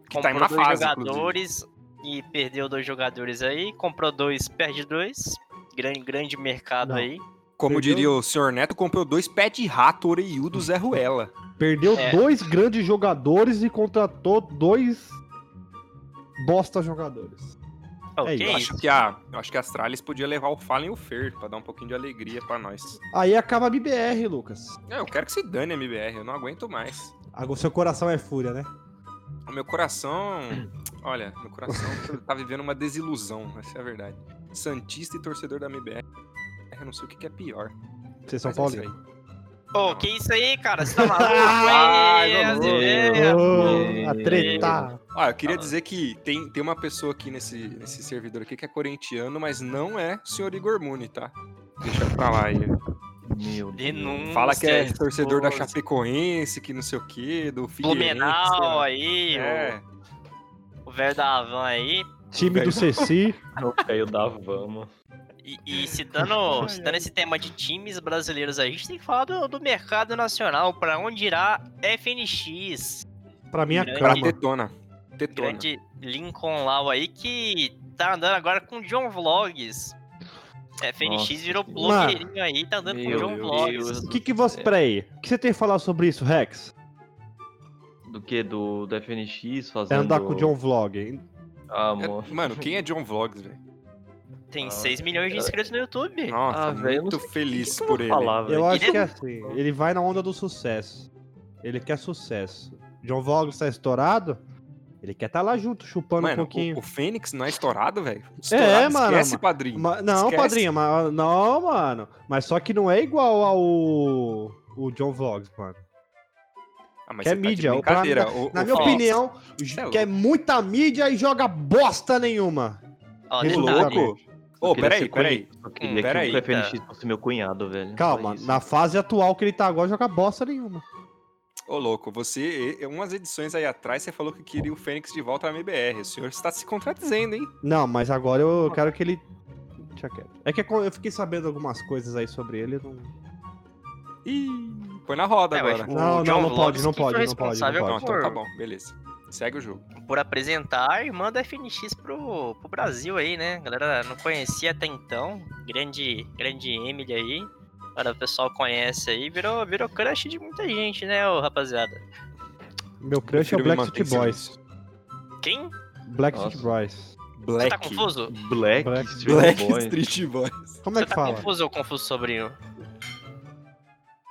[SPEAKER 1] Que tá em uma
[SPEAKER 4] dois
[SPEAKER 1] fase,
[SPEAKER 4] jogadores e perdeu dois jogadores aí, comprou dois, perde dois. Grande, grande mercado
[SPEAKER 7] Não.
[SPEAKER 4] aí.
[SPEAKER 1] Como
[SPEAKER 7] Perdeu?
[SPEAKER 1] diria o senhor Neto, comprou dois pé de rato oreiudo Zé Ruela.
[SPEAKER 7] Perdeu
[SPEAKER 4] É.
[SPEAKER 7] dois grandes jogadores e contratou dois bosta jogadores.
[SPEAKER 4] Oh,
[SPEAKER 7] É
[SPEAKER 4] que
[SPEAKER 7] isso.
[SPEAKER 1] Eu
[SPEAKER 4] isso?
[SPEAKER 1] acho que a, eu acho que a Astralis podia levar o Fallen e o Fer pra dar um pouquinho de alegria pra nós.
[SPEAKER 7] Aí acaba a BBR, Lucas.
[SPEAKER 1] É, eu quero que se dane a MBR, eu não aguento mais.
[SPEAKER 7] Agora seu coração é fúria, né?
[SPEAKER 1] O meu coração. Olha, meu coração tá vivendo uma desilusão, essa é a verdade. Santista e torcedor da MBR, eu não sei o que, que é pior.
[SPEAKER 7] Você é São
[SPEAKER 1] mas é isso
[SPEAKER 7] Paulino.
[SPEAKER 4] Ô, que isso aí, cara? Você tá maluco?
[SPEAKER 1] Ai,
[SPEAKER 4] Ei,
[SPEAKER 1] garoto.
[SPEAKER 4] Azevedo.
[SPEAKER 7] Ô, a tretar.
[SPEAKER 1] Ah, eu queria
[SPEAKER 4] Ah.
[SPEAKER 1] dizer que tem, tem uma pessoa aqui nesse, nesse servidor aqui que é corintiano, mas não é o senhor Igor Muni, tá? Deixa pra lá aí.
[SPEAKER 2] Meu
[SPEAKER 4] Denúncia.
[SPEAKER 1] Fala que é
[SPEAKER 4] esposa.
[SPEAKER 1] torcedor da Chapecoense, que não sei o quê, do Fluminense.
[SPEAKER 4] Blumenau aí,
[SPEAKER 1] É,
[SPEAKER 4] o, o velho da Havan aí.
[SPEAKER 7] Time do Ceci.
[SPEAKER 2] Caiu da van, mano.
[SPEAKER 4] E,
[SPEAKER 7] É.
[SPEAKER 4] e citando, citando esse tema de times brasileiros, aí, a gente tem que falar do, do mercado nacional, pra onde irá FNX,
[SPEAKER 7] Pra minha
[SPEAKER 4] Grande.
[SPEAKER 1] pra
[SPEAKER 7] cama.
[SPEAKER 1] Tetona. Tetona.
[SPEAKER 4] grande Lincoln Lau aí, que tá andando agora com o John Vlogs. FNX
[SPEAKER 2] Nossa
[SPEAKER 4] virou
[SPEAKER 7] Senhora.
[SPEAKER 4] blogueirinho aí, tá andando com o
[SPEAKER 2] Meu
[SPEAKER 4] John
[SPEAKER 2] Deus.
[SPEAKER 4] Vlogs.
[SPEAKER 7] O que que
[SPEAKER 1] É.
[SPEAKER 7] você... Peraí. O que você tem a falar sobre isso, Rex?
[SPEAKER 2] Do que? Do, do FNX
[SPEAKER 7] É
[SPEAKER 2] fazendo.
[SPEAKER 7] andar com o John Vlog.
[SPEAKER 2] Ah, amor.
[SPEAKER 1] É, mano, quem é John Vlogs, velho?
[SPEAKER 4] Tem
[SPEAKER 2] Ah.
[SPEAKER 4] 6 milhões de inscritos no YouTube.
[SPEAKER 1] Nossa,
[SPEAKER 2] Ah, velho, eu não
[SPEAKER 1] muito
[SPEAKER 2] sei o que
[SPEAKER 1] feliz
[SPEAKER 2] que eu
[SPEAKER 1] por
[SPEAKER 2] vou
[SPEAKER 1] ele.
[SPEAKER 2] falar, velho?
[SPEAKER 7] Eu acho
[SPEAKER 4] ele-
[SPEAKER 7] que é assim. Ele vai na onda do sucesso. Ele quer sucesso. John Vlog está estourado. Ele quer estar lá junto, chupando
[SPEAKER 1] Mano,
[SPEAKER 7] um pouquinho.
[SPEAKER 1] o, o Fênix não é estourado, velho? Estourado,
[SPEAKER 7] mano,
[SPEAKER 1] Esquece,
[SPEAKER 7] mano.
[SPEAKER 1] padrinho.
[SPEAKER 7] Ma- não,
[SPEAKER 1] Esquece.
[SPEAKER 7] padrinho, mas, não, mano. Mas só que não é igual ao o John Vlogs, mano.
[SPEAKER 1] Ah, mas
[SPEAKER 7] Quer
[SPEAKER 1] você tá de
[SPEAKER 7] mídia, o-
[SPEAKER 1] brincadeira. O-
[SPEAKER 7] Na
[SPEAKER 1] o
[SPEAKER 7] minha
[SPEAKER 1] Felipe-
[SPEAKER 7] opinião,
[SPEAKER 1] Cê é louco.
[SPEAKER 7] quer muita mídia e joga bosta nenhuma.
[SPEAKER 4] Ó, tá
[SPEAKER 1] Ô,
[SPEAKER 7] Resultado.
[SPEAKER 4] detalhe,
[SPEAKER 1] louco! Ô,
[SPEAKER 2] queria
[SPEAKER 1] peraí,
[SPEAKER 2] ser
[SPEAKER 1] peraí.
[SPEAKER 2] Eu queria
[SPEAKER 1] peraí,
[SPEAKER 2] é que o FNX fosse meu cunhado, velho.
[SPEAKER 7] Calma,
[SPEAKER 2] Só
[SPEAKER 1] é.
[SPEAKER 2] isso.
[SPEAKER 7] na fase atual que ele tá agora, joga bosta nenhuma.
[SPEAKER 1] Ô, louco, você. e- Umas edições aí atrás, você falou que queria o Fênix de volta na MBR. O senhor está se contradizendo, hein?
[SPEAKER 7] Não, mas agora eu quero que ele. Deixa quieto. É que eu fiquei sabendo algumas coisas aí sobre ele. eu Não,
[SPEAKER 1] Ih, põe na roda
[SPEAKER 4] É, mas
[SPEAKER 1] agora.
[SPEAKER 4] O
[SPEAKER 7] não, não,
[SPEAKER 4] John
[SPEAKER 7] não pode,
[SPEAKER 4] Vlogs que foi
[SPEAKER 7] não pode, não pode. Não
[SPEAKER 4] responsável
[SPEAKER 1] Não,
[SPEAKER 7] pode.
[SPEAKER 1] então tá
[SPEAKER 4] por-
[SPEAKER 1] bom, beleza. Segue o jogo.
[SPEAKER 4] por apresentar a irmã da FNX pro, pro Brasil aí, né? A galera não conhecia até então. Grande, grande Emily aí. Agora o pessoal conhece aí. Virou, virou crush de muita gente, né, ô, rapaziada?
[SPEAKER 7] Meu crush é
[SPEAKER 1] Prefiro
[SPEAKER 7] o
[SPEAKER 1] me
[SPEAKER 7] Black
[SPEAKER 1] manter em
[SPEAKER 7] City Boys.
[SPEAKER 1] silêncio.
[SPEAKER 4] Quem?
[SPEAKER 7] Black
[SPEAKER 2] Nossa.
[SPEAKER 7] City Boys.
[SPEAKER 4] Você
[SPEAKER 1] Black.
[SPEAKER 4] tá confuso?
[SPEAKER 2] Black,
[SPEAKER 7] Black-
[SPEAKER 2] Street
[SPEAKER 1] Black
[SPEAKER 2] Boy.
[SPEAKER 1] Street Boys.
[SPEAKER 7] Como
[SPEAKER 4] Você
[SPEAKER 7] é que
[SPEAKER 4] tá
[SPEAKER 7] fala?
[SPEAKER 4] confuso ou confuso sobrinho?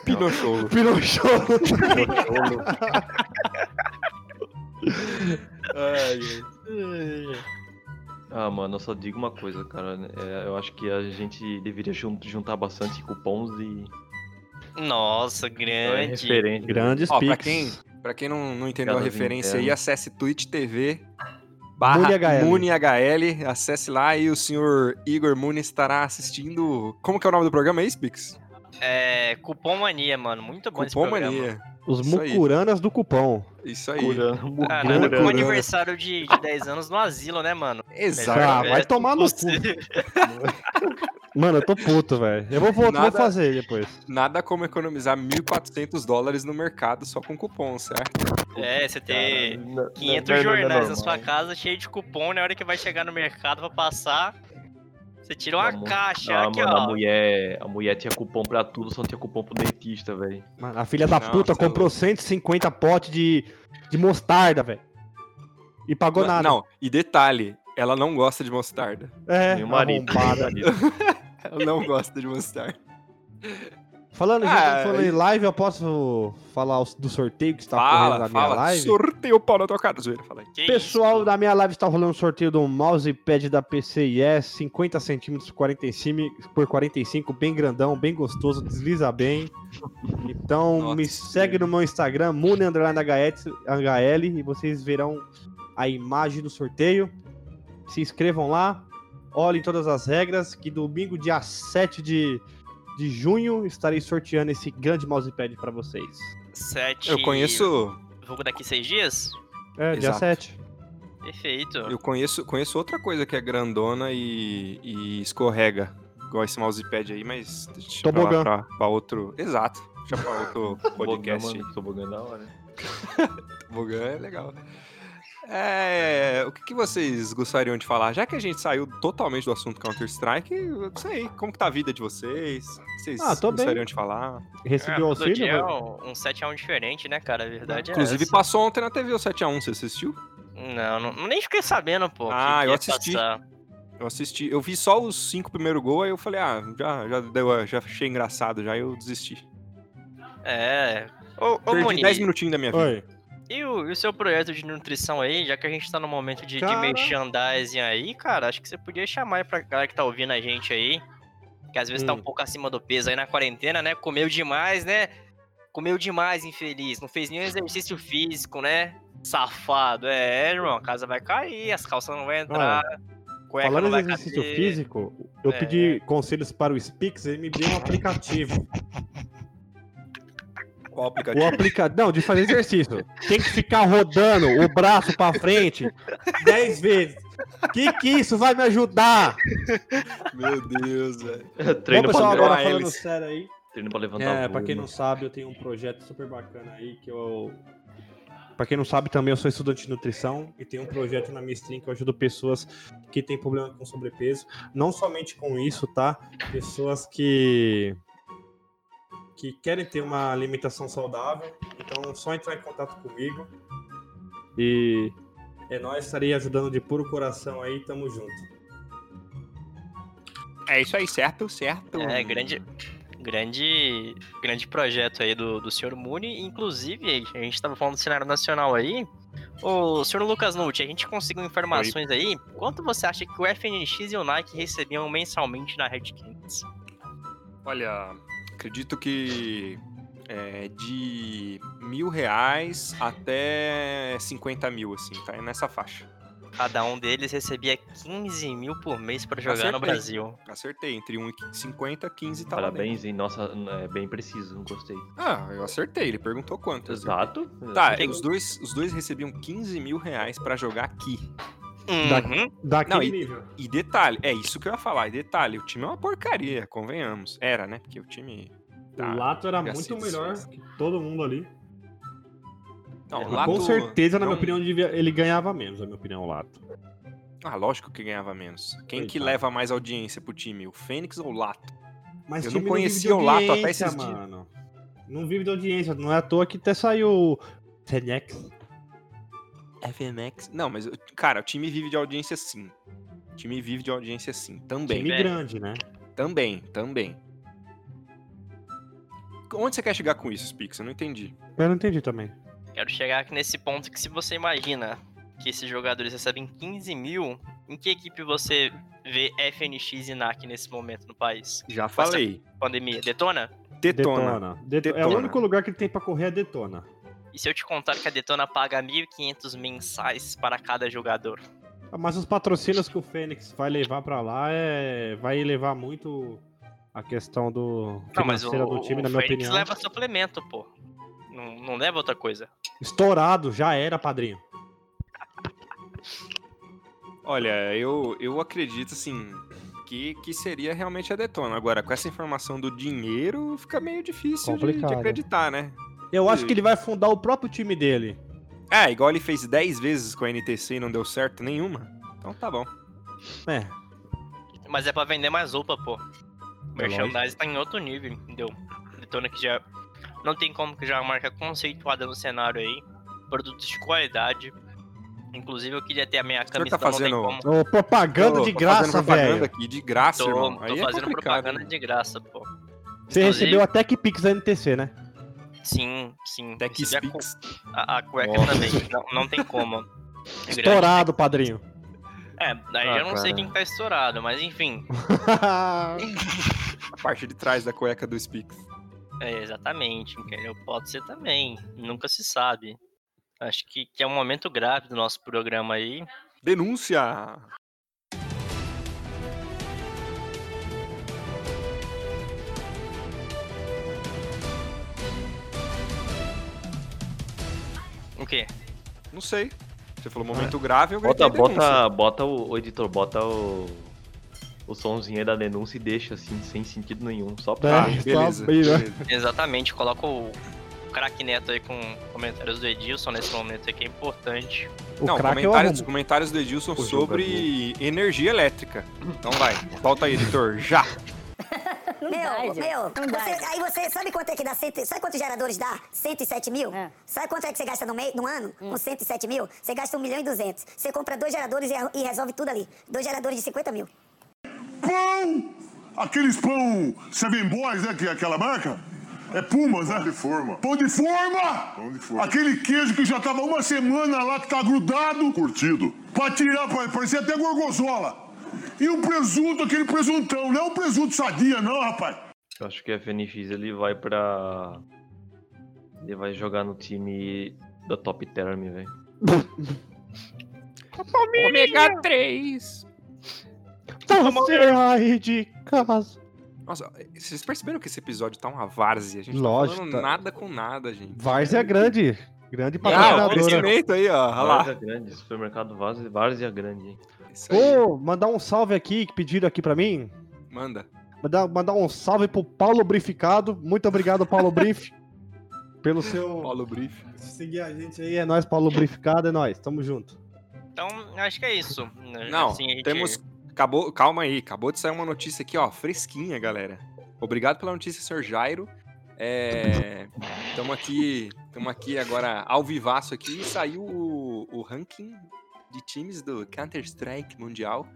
[SPEAKER 1] Pinocholo.
[SPEAKER 7] Pinocholo.
[SPEAKER 2] Ah, mano, eu só digo uma coisa, cara. É, eu acho que a gente deveria jun- juntar bastante cupons e
[SPEAKER 4] Nossa,
[SPEAKER 2] é,
[SPEAKER 4] grande.
[SPEAKER 2] referência.
[SPEAKER 7] Grandes
[SPEAKER 1] Ó, pra
[SPEAKER 7] pics.
[SPEAKER 1] quem, pra quem não, não entendeu a
[SPEAKER 2] Piadas
[SPEAKER 1] referência aí,
[SPEAKER 2] internas.
[SPEAKER 1] acesse Twitch TV barra
[SPEAKER 7] MuniHL.
[SPEAKER 1] MuniHL, acesse lá e o senhor Igor Muni estará assistindo. Como que é o nome do programa aí, Spix?
[SPEAKER 4] É, cupom mania, mano. Muito bom esse
[SPEAKER 1] Cupom
[SPEAKER 4] programa.
[SPEAKER 1] Mania.
[SPEAKER 7] Os
[SPEAKER 1] Isso aí.
[SPEAKER 7] mucuranas do cupom.
[SPEAKER 1] Isso aí.
[SPEAKER 2] Tá Curando,
[SPEAKER 4] Caramba,
[SPEAKER 1] Grande
[SPEAKER 4] tá com o
[SPEAKER 1] programa.
[SPEAKER 4] aniversário de, de 10 anos no asilo, né, mano?
[SPEAKER 7] Ah,
[SPEAKER 1] Exato.
[SPEAKER 7] vai tomar no
[SPEAKER 4] Você-
[SPEAKER 7] Mano, eu tô puto, velho. Eu vou, vou, vou
[SPEAKER 1] Nada-
[SPEAKER 7] fazer depois.
[SPEAKER 1] Nada como economizar 1.400 dólares no mercado só com cupom, certo?
[SPEAKER 4] É, você ter 500 jornais na sua casa cheio de cupom, na hora que vai chegar no mercado pra passar, você tira uma
[SPEAKER 2] Tá bom.
[SPEAKER 4] caixa
[SPEAKER 2] Ah,
[SPEAKER 4] aqui,
[SPEAKER 2] mano, a
[SPEAKER 4] ó.
[SPEAKER 2] mulher, a mulher tinha cupom pra tudo, só não tinha cupom pro dentista, velho.
[SPEAKER 7] Mano, a filha da
[SPEAKER 1] Não,
[SPEAKER 7] puta
[SPEAKER 1] cê é
[SPEAKER 7] comprou 150 potes de, de mostarda, velho. E pagou
[SPEAKER 1] Não,
[SPEAKER 7] nada.
[SPEAKER 1] não, e detalhe, ela não gosta de mostarda.
[SPEAKER 7] É,
[SPEAKER 2] Meu marido. tá
[SPEAKER 7] arrombada.
[SPEAKER 2] meu marido.
[SPEAKER 1] Ela não gosta de mostarda.
[SPEAKER 7] Falando,
[SPEAKER 1] Ah,
[SPEAKER 7] já falando em live, eu posso falar os- do sorteio que está Tá correndo
[SPEAKER 1] fala,
[SPEAKER 7] na minha
[SPEAKER 1] fala.
[SPEAKER 7] live?
[SPEAKER 1] Sorteio o pau na tua cara, zoeira, fala aí.
[SPEAKER 4] Que
[SPEAKER 7] Pessoal
[SPEAKER 4] É isso?
[SPEAKER 7] da minha live está rolando um sorteio do mousepad da PCIe, 50 é centímetros 45 por 45, bem grandão, bem gostoso, desliza bem. Então
[SPEAKER 1] Nossa,
[SPEAKER 7] me segue no meu Instagram, mune__hl, e vocês verão a imagem do sorteio. Se inscrevam lá, olhem todas as regras, que domingo, dia 7 de, de junho, estarei sorteando esse grande mousepad para vocês.
[SPEAKER 4] Sete...
[SPEAKER 1] Eu conheço,
[SPEAKER 4] Vulgo daqui seis dias?
[SPEAKER 7] É, dia
[SPEAKER 1] Exato.
[SPEAKER 7] 7.
[SPEAKER 4] Perfeito.
[SPEAKER 1] eu conheço, conheço outra coisa que é grandona e, e escorrega. Igual esse mousepad aí, mas deixa pra, lá,
[SPEAKER 7] Tobogã.
[SPEAKER 1] pra, pra outro. Exato. Deixa pra outro podcast.
[SPEAKER 2] Mano, Tobogã da hora.
[SPEAKER 1] Tobogã é legal. É, o que, que vocês gostariam de falar? Já que a gente saiu totalmente do assunto Counter-Strike, eu não sei, como que tá a vida de vocês? O que vocês
[SPEAKER 7] Ah, tô bem.
[SPEAKER 1] gostariam de falar?
[SPEAKER 4] É,
[SPEAKER 7] Recebeu o
[SPEAKER 4] todo
[SPEAKER 7] auxílio?
[SPEAKER 4] dia é
[SPEAKER 7] velho?
[SPEAKER 4] um um 7 a 1 diferente, né, cara? A verdade é
[SPEAKER 1] Inclusive
[SPEAKER 4] essa.
[SPEAKER 1] passou ontem na TV o 7x1, você assistiu?
[SPEAKER 4] Não, não, nem fiquei sabendo, pô. que-
[SPEAKER 1] Ah,
[SPEAKER 4] que
[SPEAKER 1] eu
[SPEAKER 4] ia
[SPEAKER 1] assisti.
[SPEAKER 4] passar.
[SPEAKER 1] Eu assisti, eu vi só os cinco primeiros gols, aí eu falei, ah, já, já deu, já achei engraçado, já eu desisti.
[SPEAKER 4] É... Ô, ô
[SPEAKER 1] Perdi
[SPEAKER 4] Moni,
[SPEAKER 1] 10 minutinhos da minha vida.
[SPEAKER 7] Oi.
[SPEAKER 4] e o, e o seu projeto de nutrição aí, já que a gente tá no momento de, de
[SPEAKER 7] Cara.
[SPEAKER 4] merchandising aí, cara, acho que você podia chamar aí pra galera que tá ouvindo a gente aí, que às vezes tá
[SPEAKER 7] Hum.
[SPEAKER 4] um pouco acima do peso aí na quarentena, né? Comeu demais, né? Comeu demais, infeliz. Não fez nenhum exercício físico, né? Safado. É, irmão, a casa vai cair, as calças não vão entrar, cueca não
[SPEAKER 7] Falando
[SPEAKER 4] vai
[SPEAKER 7] em exercício
[SPEAKER 4] caber.
[SPEAKER 7] físico, eu
[SPEAKER 4] É.
[SPEAKER 7] pedi conselhos para o Spix, ele me deu um aplicativo.
[SPEAKER 1] Qual
[SPEAKER 7] O
[SPEAKER 1] aplicativo?
[SPEAKER 7] aplica... Não, de fazer exercício. Tem que ficar rodando o braço para frente 10 vezes. Que que isso vai me ajudar?
[SPEAKER 1] Meu Deus, velho.
[SPEAKER 2] Treino,
[SPEAKER 7] Bom, pessoal,
[SPEAKER 2] pra,
[SPEAKER 7] agora
[SPEAKER 1] levantar
[SPEAKER 7] falando
[SPEAKER 1] eles.
[SPEAKER 7] sério aí.
[SPEAKER 2] treino pra levantar
[SPEAKER 7] É,
[SPEAKER 2] o
[SPEAKER 7] pra quem
[SPEAKER 2] volume.
[SPEAKER 7] não sabe, eu tenho um projeto super bacana aí que eu. Pra quem não sabe, também eu sou estudante de nutrição e tenho um projeto na minha stream que eu ajudo pessoas que têm problema com sobrepeso. Não somente com isso, tá? Pessoas que. que querem ter uma alimentação saudável. Então é só entrar em contato comigo. E. É nóis, estarei ajudando de puro coração aí, tamo junto.
[SPEAKER 1] É isso aí, certo? Certo.
[SPEAKER 4] É, grande, grande, grande projeto aí do, do senhor Muni. Inclusive, a gente tava falando do cenário nacional aí. Ô, senhor Lucas Nucci, a gente conseguiu informações aí. Quanto você acha que o FNX e o Nike recebiam mensalmente na Red Kings?
[SPEAKER 1] Olha, acredito que é, de R$ mil reais até 50 mil, assim, tá? É nessa faixa.
[SPEAKER 4] Cada um deles recebia 15 mil por mês pra jogar no
[SPEAKER 1] Acertei.
[SPEAKER 4] Brasil.
[SPEAKER 1] Acertei, entre 1 e 50, 15 tá lá dentro.
[SPEAKER 2] Parabéns, hein? Nossa, é bem preciso, não gostei.
[SPEAKER 1] Ah, eu acertei, ele perguntou quanto. eu acertei.
[SPEAKER 2] Exato.
[SPEAKER 1] Tá, e os dois, os dois recebiam 15 mil reais pra jogar aqui.
[SPEAKER 4] Uhum.
[SPEAKER 7] Daquele
[SPEAKER 1] Não, e-
[SPEAKER 7] nível.
[SPEAKER 1] E detalhe, é isso que eu ia falar, e detalhe, o time é uma porcaria, convenhamos. Era, né? Porque o time... tá-
[SPEAKER 7] o Lato era
[SPEAKER 1] Graças
[SPEAKER 7] muito
[SPEAKER 1] a
[SPEAKER 7] melhor
[SPEAKER 1] Deus.
[SPEAKER 7] que todo mundo ali.
[SPEAKER 1] Não,
[SPEAKER 4] Com
[SPEAKER 1] o É, Lato-
[SPEAKER 7] Com certeza, na minha
[SPEAKER 1] João-
[SPEAKER 7] opinião, devia- ele ganhava menos, na minha opinião, o Lato.
[SPEAKER 1] Ah, lógico que ganhava menos. Quem que
[SPEAKER 7] Coitado.
[SPEAKER 1] leva mais audiência pro time, o Fênix ou o Lato?
[SPEAKER 7] Mas
[SPEAKER 1] Eu
[SPEAKER 7] time
[SPEAKER 1] não conhecia
[SPEAKER 7] vive de
[SPEAKER 1] o Lato até
[SPEAKER 7] audiência,
[SPEAKER 1] esses dias.
[SPEAKER 7] mano. Não vive de audiência, não é à toa que até saiu o Tenex.
[SPEAKER 1] FMX? Não, mas, eu- cara, o time vive de audiência sim. O time vive de audiência sim, também.
[SPEAKER 7] Time
[SPEAKER 4] velho.
[SPEAKER 7] grande, né?
[SPEAKER 1] Também, também. Onde você quer chegar com isso, Pix? Eu não entendi.
[SPEAKER 7] Eu não entendi também.
[SPEAKER 4] Quero chegar aqui nesse ponto que se você imagina que esses jogadores recebem 15 mil, em que equipe você vê FNX e NAC nesse momento no país?
[SPEAKER 1] Já
[SPEAKER 4] falei. Pandemia. Detona?
[SPEAKER 1] Detona.
[SPEAKER 7] Detona. Det- É o
[SPEAKER 1] Detona.
[SPEAKER 7] único lugar que ele tem pra correr é Detona.
[SPEAKER 4] E se eu te contar que a Detona paga 1.500 mensais para cada jogador?
[SPEAKER 7] Ah, Mas os patrocínios que o Fênix vai levar pra lá é... vai elevar muito a questão do
[SPEAKER 4] Não, mas o,
[SPEAKER 7] financeira do time,
[SPEAKER 4] o
[SPEAKER 7] na minha
[SPEAKER 4] Fênix
[SPEAKER 7] opinião.
[SPEAKER 4] leva suplemento, pô. Não, não leva outra coisa.
[SPEAKER 7] Estourado, já era, padrinho.
[SPEAKER 1] Olha, eu, eu acredito, assim, que, que seria realmente a Detona. Agora, com essa informação do dinheiro, fica meio difícil de- de,
[SPEAKER 7] Complicado.
[SPEAKER 1] acreditar, né?
[SPEAKER 7] Eu acho que ele vai fundar o próprio time dele.
[SPEAKER 1] É, igual ele fez 10 vezes com a NTC e não deu certo nenhuma. Então tá bom.
[SPEAKER 7] É,
[SPEAKER 4] Mas é pra vender mais roupa, pô. Merchandise
[SPEAKER 7] É lógico.
[SPEAKER 4] tá em outro nível, entendeu? Detona que já. Não tem como que já é uma marca conceituada no cenário aí. Produtos de qualidade. Inclusive eu queria ter a minha
[SPEAKER 1] senhor
[SPEAKER 4] camisa,
[SPEAKER 1] tá
[SPEAKER 4] não
[SPEAKER 1] fazendo-
[SPEAKER 4] tem como.
[SPEAKER 7] Ô, propaganda
[SPEAKER 1] Tô-
[SPEAKER 7] de
[SPEAKER 1] tô
[SPEAKER 7] graça,
[SPEAKER 1] fazendo propaganda
[SPEAKER 7] velho.
[SPEAKER 1] aqui, de graça,
[SPEAKER 4] Tô,
[SPEAKER 1] irmão.
[SPEAKER 4] tô
[SPEAKER 1] Aí é
[SPEAKER 4] fazendo
[SPEAKER 1] complicado,
[SPEAKER 4] propaganda
[SPEAKER 1] né?
[SPEAKER 4] de graça, pô.
[SPEAKER 7] Você
[SPEAKER 4] Inclusive-
[SPEAKER 7] recebeu até que Pix da NTC, né?
[SPEAKER 1] É
[SPEAKER 4] Sim, sim.
[SPEAKER 1] Até que
[SPEAKER 4] Recebi a cu-
[SPEAKER 1] Pix.
[SPEAKER 4] A, a cueca
[SPEAKER 2] Nossa.
[SPEAKER 4] também. Não, não tem como. É grande.
[SPEAKER 7] Estourado, padrinho.
[SPEAKER 4] É, daí
[SPEAKER 2] Ah,
[SPEAKER 4] eu não sei
[SPEAKER 2] cara.
[SPEAKER 4] quem tá estourado, mas enfim.
[SPEAKER 1] A parte de trás da cueca do Spix.
[SPEAKER 4] É, exatamente, entendeu? Pode ser também. Nunca se sabe. Acho que, que é um momento grave do nosso programa aí.
[SPEAKER 1] Denúncia!
[SPEAKER 4] O quê?
[SPEAKER 1] Não sei. Você falou
[SPEAKER 7] É.
[SPEAKER 1] momento grave, eu
[SPEAKER 2] Bota,
[SPEAKER 1] gritei denúncia.
[SPEAKER 2] bota, bota o, o editor, bota o, o somzinho aí da denúncia e deixa assim, sem sentido nenhum. Só pra.
[SPEAKER 1] Tá,
[SPEAKER 7] É, só
[SPEAKER 1] beleza.
[SPEAKER 7] abrir, né?
[SPEAKER 1] beleza.
[SPEAKER 4] Exatamente, coloca o o craque Neto aí com comentários do Edilson nesse momento aí que é importante.
[SPEAKER 7] o
[SPEAKER 1] Não,
[SPEAKER 7] craque é o é
[SPEAKER 1] comentários,
[SPEAKER 7] arrumo.
[SPEAKER 1] comentários do Edilson
[SPEAKER 2] O
[SPEAKER 1] sobre energia elétrica. Então vai, volta aí, editor, já.
[SPEAKER 8] Meu, meu, você- aí você sabe quanto é que dá? Cento, sabe quantos geradores dá? 107 mil? Sabe quanto é que você gasta no, meio, no ano com 107 mil? Você gasta 1 milhão e 200. Você compra dois geradores e, e resolve tudo ali. Dois geradores de 50 mil.
[SPEAKER 9] pão, aqueles pão Seven Boys, né? Que é aquela marca. É Pumas, né? Pão de forma. Pão de forma! Aquele queijo que já tava uma semana lá, que tá grudado. Curtido. Pra tirar, pa- parecia até gorgonzola. E o presunto, aquele presuntão. Não é um presunto sadia, não, rapaz.
[SPEAKER 2] Eu acho que o FNX ele vai pra. Ele vai jogar no time da Top Term, velho.
[SPEAKER 1] Ômega 3! Tá
[SPEAKER 7] Você é aí de casa.
[SPEAKER 1] Nossa, vocês perceberam que esse episódio tá uma várzea? A gente
[SPEAKER 7] Lógico,
[SPEAKER 1] tá falando
[SPEAKER 7] tá.
[SPEAKER 1] nada com nada, gente.
[SPEAKER 7] Várzea é grande. Grande
[SPEAKER 1] Ah,
[SPEAKER 7] patrocinadora.
[SPEAKER 1] oferecimento aí, ó. olha lá.
[SPEAKER 2] Várzea Grande, supermercado Várzea, Várzea Grande, hein?
[SPEAKER 1] Isso aí,
[SPEAKER 7] Ô, mandar um salve aqui, que pediram aqui pra mim.
[SPEAKER 1] manda.
[SPEAKER 7] Mandar, mandar um salve pro Paulo Brificado. Muito obrigado, Paulo Brif. Pelo seu.
[SPEAKER 1] Paulo Brief.
[SPEAKER 7] Seguir a gente aí, é nóis, Paulo Brificado, é nóis. Tamo junto.
[SPEAKER 4] Então, acho que é isso.
[SPEAKER 1] Não,
[SPEAKER 4] Assim, a gente-
[SPEAKER 1] temos... Acabou, calma aí, acabou de sair uma notícia aqui, ó, fresquinha, galera. Obrigado pela notícia, senhor Jairo. É... Tamo aqui, tamo aqui agora ao vivaço aqui. Saiu o, o ranking de times do Counter-Strike Mundial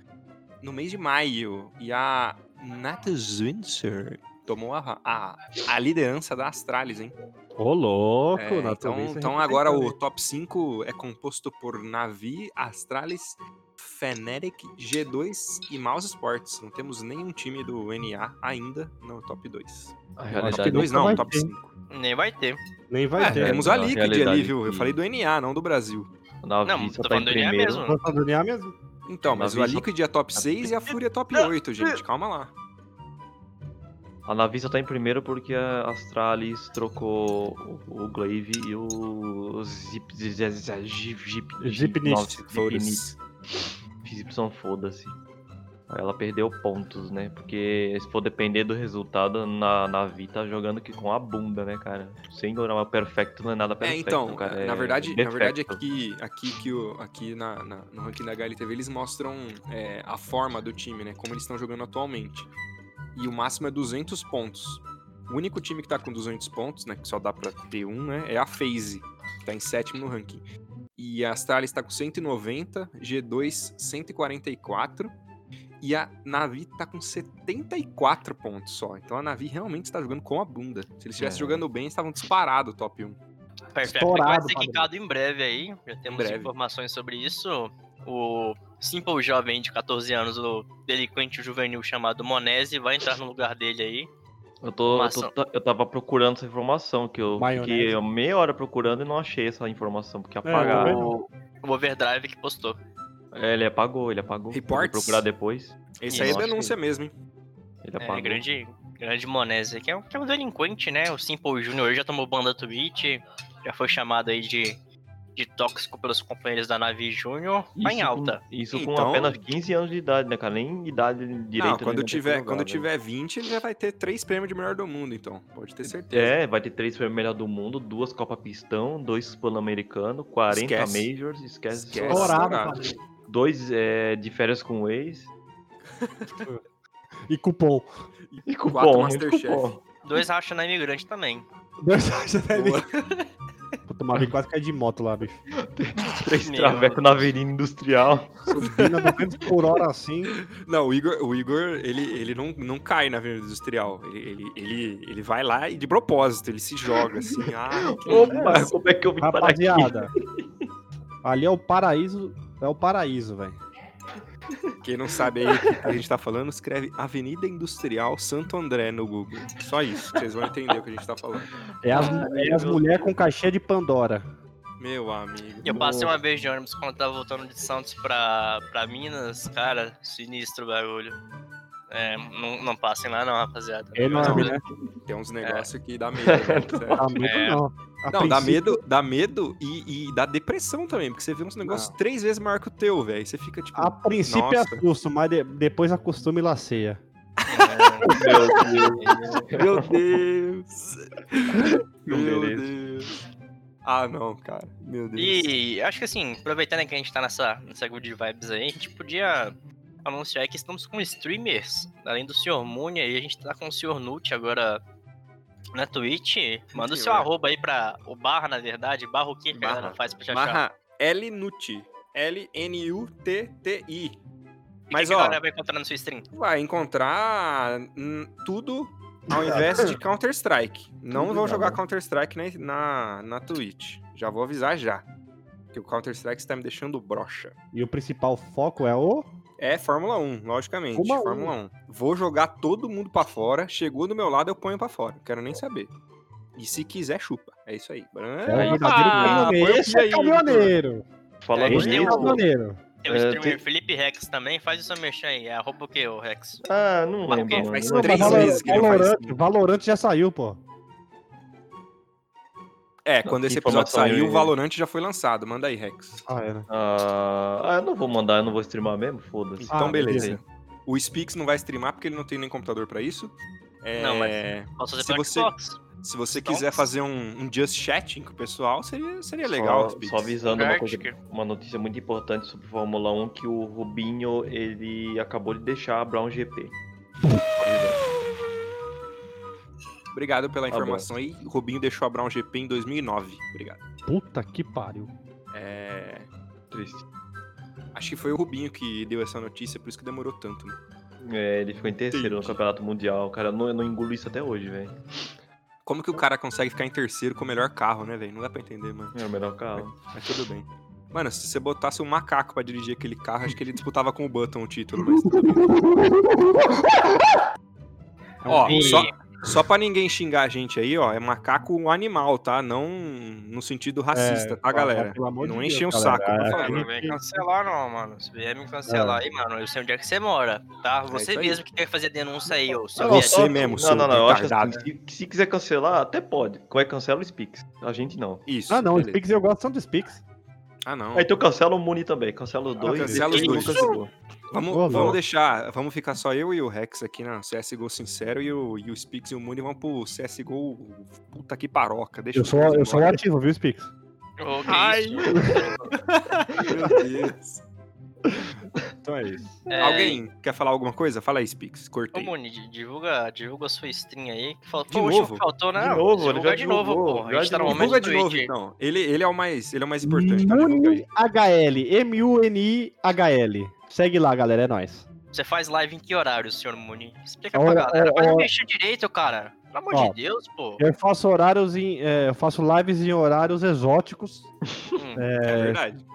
[SPEAKER 1] no mês de maio. E a Natus Windsor tomou a, a, a liderança da Astralis, hein?
[SPEAKER 7] Ô, louco,
[SPEAKER 1] É, então, então agora o top 5 é composto por Navi, Astralis, Fnatic, G2 e Mouse Sports. Não temos nenhum time do NA ainda no top 2.
[SPEAKER 2] A
[SPEAKER 1] Top
[SPEAKER 2] realidade
[SPEAKER 1] 2
[SPEAKER 7] nunca
[SPEAKER 1] não,
[SPEAKER 7] vai
[SPEAKER 1] top
[SPEAKER 7] ter.
[SPEAKER 1] 5.
[SPEAKER 4] Nem vai ter.
[SPEAKER 7] Nem vai
[SPEAKER 1] É,
[SPEAKER 7] ter.
[SPEAKER 1] temos
[SPEAKER 2] Não,
[SPEAKER 1] a
[SPEAKER 2] a
[SPEAKER 1] Liquid
[SPEAKER 2] realidade
[SPEAKER 1] ali, viu? Eu
[SPEAKER 2] que-
[SPEAKER 1] falei do NA, não do Brasil.
[SPEAKER 2] na
[SPEAKER 4] Não,
[SPEAKER 2] Visa tá
[SPEAKER 4] tô
[SPEAKER 2] em
[SPEAKER 4] falando do NA
[SPEAKER 2] primeiro.
[SPEAKER 4] mesmo.
[SPEAKER 7] Vamos fazer do NA mesmo?
[SPEAKER 1] Então, mas
[SPEAKER 2] Mas
[SPEAKER 1] o
[SPEAKER 2] isso-
[SPEAKER 1] Liquid é top 6 e a Fúria é top 8, gente. Calma lá.
[SPEAKER 2] A Navisa tá em primeiro porque a Astralis trocou o, o Glaive e o Zip. Zip. Zip. Zip.
[SPEAKER 7] Zipnist,
[SPEAKER 2] nossa,
[SPEAKER 1] Foda-se.
[SPEAKER 2] Zipson, foda-se. Aí Ela perdeu pontos, né? Porque se for depender do resultado, na Navi tá jogando que com a bunda, né, cara? Sem ignorar uma perfecto, não é nada
[SPEAKER 1] É,
[SPEAKER 2] perfeito.
[SPEAKER 1] então,
[SPEAKER 2] cara.
[SPEAKER 1] na
[SPEAKER 2] É
[SPEAKER 1] verdade, na verdade
[SPEAKER 2] defecto.
[SPEAKER 1] aqui, aqui, que o, aqui na, na- no ranking da HLTV eles mostram é, a forma do time, né? Como eles estão jogando atualmente. E o máximo é 200 pontos. O único time que tá com 200 pontos, né? Que só dá pra ter um, né? É a FaZe, que tá em sétimo no ranking. E a Astralis tá com 190, G2 144 e a Navi tá com 74 pontos só. Então a Navi realmente está jogando com a bunda. Se eles estivessem
[SPEAKER 2] É.
[SPEAKER 1] jogando bem, estavam disparados top 1.
[SPEAKER 4] Perfect vai
[SPEAKER 7] Estourado,
[SPEAKER 4] ser
[SPEAKER 7] padrão.
[SPEAKER 4] quicado em breve aí. Já temos
[SPEAKER 1] breve.
[SPEAKER 4] informações sobre isso. O Simple Jovem de 14 anos, o delinquente juvenil chamado Monese, vai entrar no lugar dele aí.
[SPEAKER 2] Eu, tô, eu,
[SPEAKER 4] Informação.
[SPEAKER 2] tô- eu tava procurando essa informação, que eu fiquei
[SPEAKER 7] Maionese. É,
[SPEAKER 2] meia hora procurando e não achei essa informação, porque
[SPEAKER 7] também
[SPEAKER 2] apagaram.
[SPEAKER 7] não.
[SPEAKER 4] O Overdrive que postou.
[SPEAKER 2] É, ele apagou, ele apagou. Eu Vou
[SPEAKER 1] Reports?
[SPEAKER 2] procurar depois.
[SPEAKER 1] Esse aí é
[SPEAKER 4] Isso.
[SPEAKER 1] denúncia mesmo, hein?
[SPEAKER 2] Ele
[SPEAKER 4] É,
[SPEAKER 2] apagou.
[SPEAKER 4] grande, grande Monese, que é, um, que é um delinquente, né? O Simple Júnior já tomou banda Twitch, já foi chamado aí de, de tóxico pelos companheiros da Navi Júnior. Tá em
[SPEAKER 2] Isso com-
[SPEAKER 4] alta.
[SPEAKER 2] isso com
[SPEAKER 1] Então-
[SPEAKER 2] apenas 15 anos de idade, né, cara? Nem idade direito.
[SPEAKER 1] não, quando
[SPEAKER 2] ele tem
[SPEAKER 1] tiver,
[SPEAKER 2] como
[SPEAKER 1] quando
[SPEAKER 2] jogar,
[SPEAKER 1] tiver
[SPEAKER 2] né?
[SPEAKER 1] 20, ele já vai ter três prêmios de melhor do mundo, então. Pode ter certeza.
[SPEAKER 2] É, vai ter três prêmios melhor do mundo, duas Copa Pistão, dois Pan-Americano, 40
[SPEAKER 1] Esquece.
[SPEAKER 2] Majors, esquece,
[SPEAKER 1] Esquece.
[SPEAKER 2] só
[SPEAKER 7] Estourado,
[SPEAKER 1] estourado.
[SPEAKER 7] padrinho.
[SPEAKER 2] dois é, de férias com o ex
[SPEAKER 7] E cupom.
[SPEAKER 2] e
[SPEAKER 1] Quatro
[SPEAKER 2] cupom. e
[SPEAKER 1] Masterchef.
[SPEAKER 2] cupom.
[SPEAKER 4] Dois racha na imigrante também.
[SPEAKER 7] Dois você deve-
[SPEAKER 1] Boa.
[SPEAKER 7] Puta, o Mavi quase cai de moto lá, bicho.
[SPEAKER 2] Três
[SPEAKER 4] Meu.
[SPEAKER 2] travecos na Avenida Industrial.
[SPEAKER 7] Subindo a 200 por hora assim.
[SPEAKER 1] Não, o Igor, o Igor ele, ele não, não cai na Avenida Industrial. Ele, ele, ele, ele vai lá e de propósito, ele se joga assim. Ah, que
[SPEAKER 2] Opa,
[SPEAKER 1] delícia.
[SPEAKER 2] como é que eu vim parar aqui?
[SPEAKER 7] Rapaziada. Ali é o paraíso. É o paraíso, velho.
[SPEAKER 1] Quem não sabe aí o que a gente tá falando, escreve Avenida Industrial Santo André no Google. Só isso, vocês vão entender o que a gente tá falando.
[SPEAKER 7] É as,
[SPEAKER 2] Ai,
[SPEAKER 7] é as
[SPEAKER 2] meu
[SPEAKER 7] mulheres com cachê de Pandora.
[SPEAKER 1] Meu amigo.
[SPEAKER 4] Eu passei uma vez de ônibus quando eu tava voltando de Santos pra, pra Minas, cara, sinistro o bagulho. É, não, não passem lá não, rapaziada.
[SPEAKER 7] É enorme,
[SPEAKER 4] Não,
[SPEAKER 7] né?
[SPEAKER 1] Tem
[SPEAKER 2] É.
[SPEAKER 1] uns negócios que dá medo. Né? Sério.
[SPEAKER 7] Dá medo,
[SPEAKER 4] É.
[SPEAKER 7] não. A
[SPEAKER 1] Não, dá
[SPEAKER 7] princípio-
[SPEAKER 1] medo, dá medo e, e dá depressão também, porque você vê uns negócios três vezes maior que o teu, velho. Você fica tipo.
[SPEAKER 7] A princípio é
[SPEAKER 1] Nossa.
[SPEAKER 7] assusto, mas de- depois acostuma e laceia.
[SPEAKER 1] Meu Deus!
[SPEAKER 2] Não
[SPEAKER 1] Meu
[SPEAKER 2] mereço.
[SPEAKER 1] Deus! Ah, não, cara. Meu Deus.
[SPEAKER 4] E acho que assim, aproveitando que a gente tá nessa, nessa good vibes aí, a gente podia anunciar que estamos com streamers, além do Sr. Moon aí, a gente tá com o Sr. Nut agora na Twitch. Manda o seu
[SPEAKER 1] Senhor.
[SPEAKER 4] arroba aí pra. O barra, na verdade. Barra o que que a galera
[SPEAKER 1] Barra.
[SPEAKER 4] faz pra te achar?
[SPEAKER 1] Marra L Nuti. L-N-U-T-T-I.
[SPEAKER 4] E o
[SPEAKER 1] Mas
[SPEAKER 4] que que a
[SPEAKER 1] ó,
[SPEAKER 4] galera vai encontrar no seu stream?
[SPEAKER 1] vai encontrar hum, tudo ao invés de Counter-Strike. Não
[SPEAKER 7] Tudo
[SPEAKER 1] vou
[SPEAKER 7] não.
[SPEAKER 1] jogar Counter-Strike na, na, na Twitch. Já vou avisar já. Que o Counter-Strike está me deixando broxa.
[SPEAKER 7] E o principal foco é o.
[SPEAKER 1] É Fórmula 1, logicamente.
[SPEAKER 7] Fórmula 1.
[SPEAKER 1] Fórmula 1. Vou jogar todo mundo pra fora. Chegou do meu lado, eu ponho pra fora. Quero nem saber. E se quiser, chupa. É isso aí.
[SPEAKER 7] É o
[SPEAKER 1] Opa,
[SPEAKER 7] verdadeiro
[SPEAKER 1] põe o
[SPEAKER 7] caminhoneiro. Esse é
[SPEAKER 1] aí,
[SPEAKER 7] caminhoneiro.
[SPEAKER 2] Falando
[SPEAKER 4] É,
[SPEAKER 2] nisso,
[SPEAKER 7] Esse é
[SPEAKER 4] tem
[SPEAKER 7] o
[SPEAKER 4] o-
[SPEAKER 7] caminhoneiro.
[SPEAKER 4] Tem o
[SPEAKER 2] É,
[SPEAKER 4] streamer
[SPEAKER 2] tem-
[SPEAKER 4] Felipe Rex também, faz o seu merchan aí. É arroba o que, o Rex?
[SPEAKER 2] Ah, não
[SPEAKER 4] Mas
[SPEAKER 2] lembro.
[SPEAKER 4] quem
[SPEAKER 2] mano.
[SPEAKER 1] faz
[SPEAKER 2] Não
[SPEAKER 1] três
[SPEAKER 2] lembro.
[SPEAKER 7] Valor-
[SPEAKER 1] meses que ele faz
[SPEAKER 7] Valorant,
[SPEAKER 1] isso.
[SPEAKER 7] Valorant já saiu, pô.
[SPEAKER 1] É, quando esse episódio
[SPEAKER 2] Informação aí.
[SPEAKER 1] sair, o Valorant já foi lançado. Manda aí, Rex.
[SPEAKER 7] Ah, é, né?
[SPEAKER 2] Ah, ah, eu não vou mandar, eu não vou streamar mesmo, foda-se.
[SPEAKER 1] Então,
[SPEAKER 7] Ah,
[SPEAKER 1] beleza. O Spix não vai streamar porque ele não tem nem computador pra isso. É,
[SPEAKER 4] Não, Posso fazer
[SPEAKER 1] Se
[SPEAKER 4] pelo
[SPEAKER 1] você-
[SPEAKER 4] Xbox?
[SPEAKER 1] Se você
[SPEAKER 4] Então-
[SPEAKER 1] quiser fazer um, um just chatting com o pessoal, seria, seria é legal.
[SPEAKER 2] Só,
[SPEAKER 1] Spix.
[SPEAKER 2] só avisando uma, coisa,
[SPEAKER 4] Vertigo.
[SPEAKER 2] uma notícia muito importante sobre Fórmula 1 que o Rubinho ele acabou de deixar a Brown GP.
[SPEAKER 1] Obrigado pela
[SPEAKER 2] Tá bom.
[SPEAKER 1] informação aí. O Robinho deixou a Brown GP em 2009. Obrigado.
[SPEAKER 7] Puta que pariu.
[SPEAKER 1] É,
[SPEAKER 2] Triste.
[SPEAKER 1] Acho que foi o Rubinho que deu essa notícia, por isso que demorou tanto. né?
[SPEAKER 2] É, ele ficou em terceiro no
[SPEAKER 1] Entendi.
[SPEAKER 2] Campeonato Mundial, cara. Eu não, eu não engulo isso até hoje, velho.
[SPEAKER 1] Como que o cara consegue ficar em terceiro com o melhor carro, né, velho? Não dá pra entender, mano.
[SPEAKER 2] É o melhor carro.
[SPEAKER 1] Mas tudo bem. Mano, se você botasse um macaco pra dirigir aquele carro, acho que ele disputava com o Button o título, mas tudo bem. Ó,
[SPEAKER 4] E-
[SPEAKER 1] só, só pra ninguém xingar a gente aí, ó, é macaco um animal, tá? Não no sentido racista,
[SPEAKER 7] É,
[SPEAKER 1] tá, galera?
[SPEAKER 7] pelo amor de
[SPEAKER 1] Não
[SPEAKER 7] Deus,
[SPEAKER 1] enchem o
[SPEAKER 7] galera.
[SPEAKER 1] saco,
[SPEAKER 7] É,
[SPEAKER 1] por
[SPEAKER 4] Ah,
[SPEAKER 1] favor.
[SPEAKER 4] não vem cancelar não, mano. Se vier me cancelar aí, mano, eu sei onde é que você mora, tá? Você
[SPEAKER 1] isso aí.
[SPEAKER 4] mesmo que quer fazer denúncia aí, ô. seu
[SPEAKER 1] É
[SPEAKER 4] viado.
[SPEAKER 1] você mesmo,
[SPEAKER 2] Não,
[SPEAKER 1] seu
[SPEAKER 2] não, não. Eu acho
[SPEAKER 1] retardado.
[SPEAKER 2] assim, que se quiser cancelar, até pode. Qual é cancela o Spix? A gente não.
[SPEAKER 1] Isso.
[SPEAKER 7] Ah, não, É, os
[SPEAKER 1] beleza.
[SPEAKER 7] Pix eu gosto tanto dos Pix.
[SPEAKER 1] Ah, não.
[SPEAKER 2] Aí então cancela o Muni também. Cancela os dois.
[SPEAKER 1] Ah, cancela
[SPEAKER 4] os
[SPEAKER 2] e
[SPEAKER 4] dois.
[SPEAKER 2] cancelou.
[SPEAKER 1] Vamos,
[SPEAKER 7] Ô,
[SPEAKER 1] vamos
[SPEAKER 7] louco.
[SPEAKER 1] deixar, vamos ficar só eu e o Rex aqui na CSGO Sincero e o, e o Spix e o Muni vão pro CSGO puta que paroca. Deixa
[SPEAKER 7] Eu
[SPEAKER 1] os
[SPEAKER 7] sou,
[SPEAKER 1] dois
[SPEAKER 7] eu sou
[SPEAKER 1] embora.
[SPEAKER 7] ativo, viu, Spix?
[SPEAKER 4] Ô, que
[SPEAKER 5] Ai.
[SPEAKER 4] isso?
[SPEAKER 1] Meu Deus.
[SPEAKER 7] Então é isso.
[SPEAKER 4] É,
[SPEAKER 1] Alguém quer falar alguma coisa? Fala aí, Spix.
[SPEAKER 4] Ô,
[SPEAKER 1] Cortei.
[SPEAKER 4] Muni, di- divulga, divulga a sua stream aí. Que faltou,
[SPEAKER 1] De
[SPEAKER 4] o último
[SPEAKER 1] novo?
[SPEAKER 4] que faltou, né?
[SPEAKER 2] De novo, ele
[SPEAKER 4] divulga
[SPEAKER 2] já
[SPEAKER 4] de novo,
[SPEAKER 2] divulgou,
[SPEAKER 4] porra.
[SPEAKER 2] já
[SPEAKER 4] A gente tá no
[SPEAKER 2] divulgou.
[SPEAKER 4] momento
[SPEAKER 1] Divulga de
[SPEAKER 4] Twitch.
[SPEAKER 1] novo, então. Ele, ele é o mais, ele é o mais importante, tá? Divulga aí.
[SPEAKER 7] Muni HL, M-U-N-I-H-L. Segue lá, galera, é nóis.
[SPEAKER 4] Você faz live em que horário, senhor Muni? Explica pra
[SPEAKER 7] Olha,
[SPEAKER 4] galera.
[SPEAKER 7] é,
[SPEAKER 4] Vai
[SPEAKER 7] ó.
[SPEAKER 4] mexer direito, cara. Pelo amor
[SPEAKER 7] Ó.
[SPEAKER 4] de Deus, pô.
[SPEAKER 7] Eu faço horários em. é, eu faço lives em horários exóticos.
[SPEAKER 4] Hum,
[SPEAKER 1] É verdade.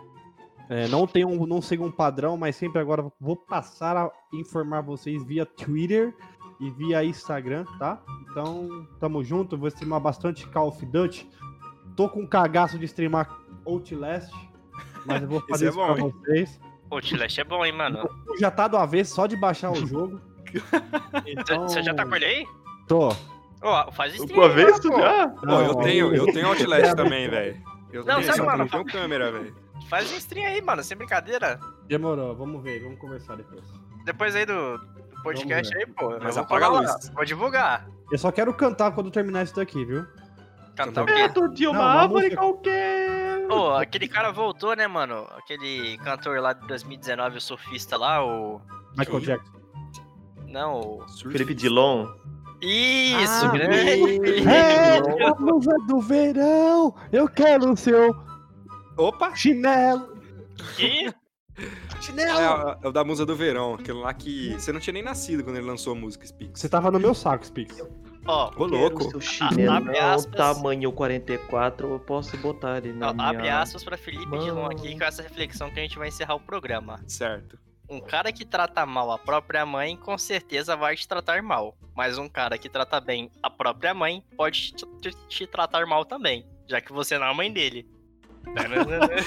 [SPEAKER 7] É, não tenho, um- não sigo um padrão, mas sempre agora vou passar a informar vocês via Twitter e via Instagram, tá? Então, tamo junto. Vou streamar bastante Call of Duty. Tô com um cagaço de streamar Outlast, mas eu vou fazer
[SPEAKER 1] é
[SPEAKER 7] isso
[SPEAKER 1] bom,
[SPEAKER 7] pra
[SPEAKER 1] hein?
[SPEAKER 7] vocês.
[SPEAKER 4] Pô, Tileste é bom, hein, mano.
[SPEAKER 7] Eu Já tá do avesso só de baixar o jogo. Então,
[SPEAKER 4] Você já tá com ele aí?
[SPEAKER 7] Tô.
[SPEAKER 4] Ó, faz stream.
[SPEAKER 2] O avesso
[SPEAKER 4] pô.
[SPEAKER 2] já?
[SPEAKER 1] Pô, eu
[SPEAKER 7] Não,
[SPEAKER 1] tenho,
[SPEAKER 7] aí-
[SPEAKER 1] eu tenho Outlast também, velho. Eu
[SPEAKER 4] Não,
[SPEAKER 1] tenho,
[SPEAKER 4] sabe, é
[SPEAKER 1] só que eu
[SPEAKER 4] mano,
[SPEAKER 1] não tenho um câmera, velho.
[SPEAKER 4] Faz um stream aí, mano, sem brincadeira.
[SPEAKER 7] Demorou, vamos ver, vamos conversar depois.
[SPEAKER 4] Depois aí do, do podcast aí, pô.
[SPEAKER 1] Mas
[SPEAKER 4] eu vou
[SPEAKER 1] apaga a
[SPEAKER 4] colar
[SPEAKER 1] luz.
[SPEAKER 4] lá, Vou divulgar.
[SPEAKER 7] Eu só quero cantar quando terminar isso daqui, viu?
[SPEAKER 4] Cantar o
[SPEAKER 2] É,
[SPEAKER 4] quê?
[SPEAKER 2] todo dia uma
[SPEAKER 7] Não, uma
[SPEAKER 2] árvore
[SPEAKER 7] música-
[SPEAKER 2] qualquer.
[SPEAKER 4] Pô, aquele cara voltou, né, mano? Aquele cantor lá de 2019, o surfista lá, o.
[SPEAKER 7] Michael Jackson.
[SPEAKER 4] Não, o.
[SPEAKER 2] Felipe Dilon.
[SPEAKER 4] Isso,
[SPEAKER 7] Ah,
[SPEAKER 4] grande!
[SPEAKER 7] É, a blusa do verão, eu quero o seu
[SPEAKER 1] Opa!
[SPEAKER 7] chinelo.
[SPEAKER 4] Que?
[SPEAKER 1] É,
[SPEAKER 7] Chinelo!
[SPEAKER 1] a- é o da musa do verão. Aquilo lá que. Você não tinha nem nascido quando ele lançou a música, Spix.
[SPEAKER 7] Você tá tava no meu saco, Spix.
[SPEAKER 1] É
[SPEAKER 4] Ó,
[SPEAKER 1] Ô, louco.
[SPEAKER 2] Seu chinelo
[SPEAKER 4] Ah, abre
[SPEAKER 2] não,
[SPEAKER 4] aspas.
[SPEAKER 2] tamanho 44, eu posso botar ele na
[SPEAKER 4] ó,
[SPEAKER 2] minha...
[SPEAKER 4] abre aspas pra Felipe Dilon
[SPEAKER 2] Mano.
[SPEAKER 4] aqui com essa reflexão que a gente vai encerrar o programa.
[SPEAKER 1] Certo.
[SPEAKER 4] Um cara que trata mal a própria mãe, com certeza vai te tratar mal. Mas um cara que trata bem a própria mãe pode te, te- te tratar mal também, já que você não é a mãe dele.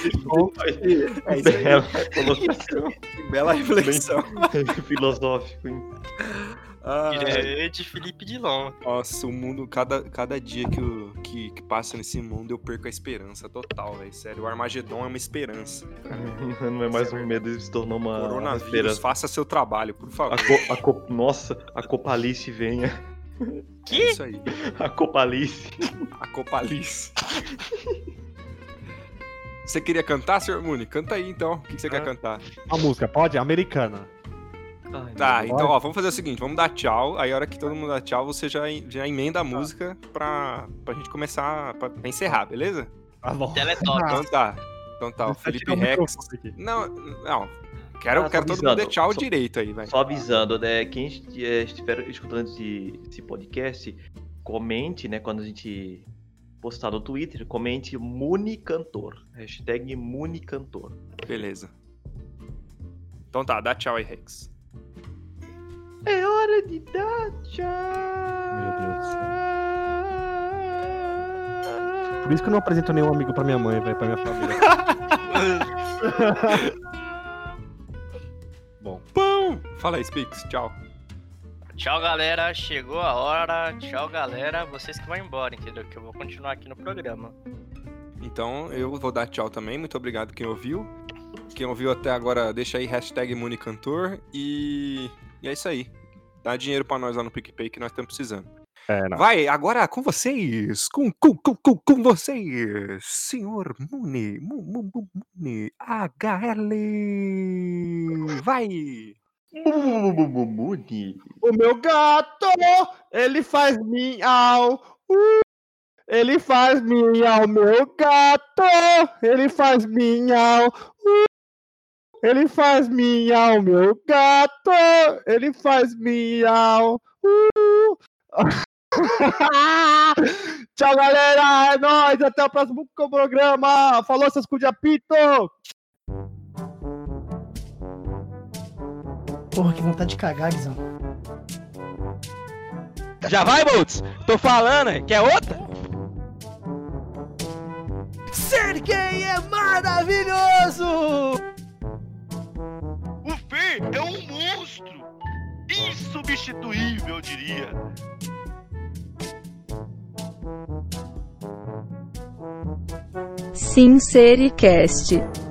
[SPEAKER 1] É isso aí.
[SPEAKER 2] Bela colocação.
[SPEAKER 1] que Bela reflexão.
[SPEAKER 2] Filosófico, hein?
[SPEAKER 1] Ah,
[SPEAKER 4] Grande Felipe Dilon.
[SPEAKER 2] é.
[SPEAKER 1] Nossa, o mundo, cada, cada dia que, eu, que, que passa nesse mundo, eu perco a esperança total, velho. Sério, o Armagedon é uma esperança.
[SPEAKER 2] Não é mais um medo, ele se tornou uma uma
[SPEAKER 1] Coronavírus,
[SPEAKER 2] esperança.
[SPEAKER 1] faça seu trabalho, por
[SPEAKER 2] A
[SPEAKER 1] favor.
[SPEAKER 2] co- a co- nossa, a Copalice venha.
[SPEAKER 1] É isso aí.
[SPEAKER 2] A Copalice.
[SPEAKER 1] A Copalice. Você queria cantar, senhor Muni? Canta aí então. O que que você quer
[SPEAKER 2] Ah.
[SPEAKER 1] cantar?
[SPEAKER 7] A música, pode? Americana.
[SPEAKER 2] Ai,
[SPEAKER 1] Tá,
[SPEAKER 7] Bora.
[SPEAKER 1] então, ó, vamos fazer o seguinte: vamos dar tchau. Aí, a hora que todo mundo dá tchau, você já, em- já emenda a
[SPEAKER 2] Tá.
[SPEAKER 1] música pra, pra gente começar, pra, pra encerrar, beleza?
[SPEAKER 7] Tá bom.
[SPEAKER 4] Teletop.
[SPEAKER 1] Então tá. Então tá, o
[SPEAKER 7] Tá
[SPEAKER 1] Felipe
[SPEAKER 7] tirando o
[SPEAKER 1] Rex.
[SPEAKER 7] microfone aqui.
[SPEAKER 1] Não, não. Quero,
[SPEAKER 2] Ah, tô
[SPEAKER 1] quero todo mundo
[SPEAKER 2] avisando.
[SPEAKER 1] dê tchau
[SPEAKER 2] Só-
[SPEAKER 1] direito aí, vai.
[SPEAKER 2] Só avisando, né? Quem esti- eh, estiver escutando esse, esse podcast, comente, né? Quando a gente postar no Twitter, comente Municantor. Hashtag Municantor.
[SPEAKER 1] Beleza. Então tá, dá tchau aí, Rex.
[SPEAKER 2] É hora de dar tchau.
[SPEAKER 7] Meu Deus do céu. Por isso que eu não apresento nenhum amigo pra minha mãe, velho, pra minha família. bom.
[SPEAKER 1] Pão! Fala aí, Spix, tchau.
[SPEAKER 4] Tchau, galera. Chegou a hora. Tchau, galera. Vocês que vão embora, entendeu? Que eu vou continuar aqui no programa.
[SPEAKER 1] Então eu vou dar tchau também. Muito obrigado quem ouviu. Quem ouviu até agora, deixa aí hashtag Municantor. E... e é isso aí. Dá dinheiro pra nós lá no PicPay que nós estamos precisando.
[SPEAKER 7] É, não.
[SPEAKER 1] Vai, agora com vocês, com, com, com, com, com vocês, senhor Muni, Mu- Mu- Mu- Muni, HL, vai!
[SPEAKER 2] Muni.
[SPEAKER 7] O meu gato, ele faz miau. uh, Ele faz miau, meu gato. Ele faz miau. uh, Ele faz miau, meu gato. Ele faz miau. uh. Tchau, galera. É nóis. Até o próximo programa. Falou, seus cu de apito.
[SPEAKER 3] Porra, que vontade de cagar, Guizão.
[SPEAKER 10] Já vai, Boltz? Tô falando, hein? quer outra?
[SPEAKER 11] Ser gay é maravilhoso!
[SPEAKER 9] O Fê é um monstro! Insubstituível, eu diria.
[SPEAKER 6] Sincericast.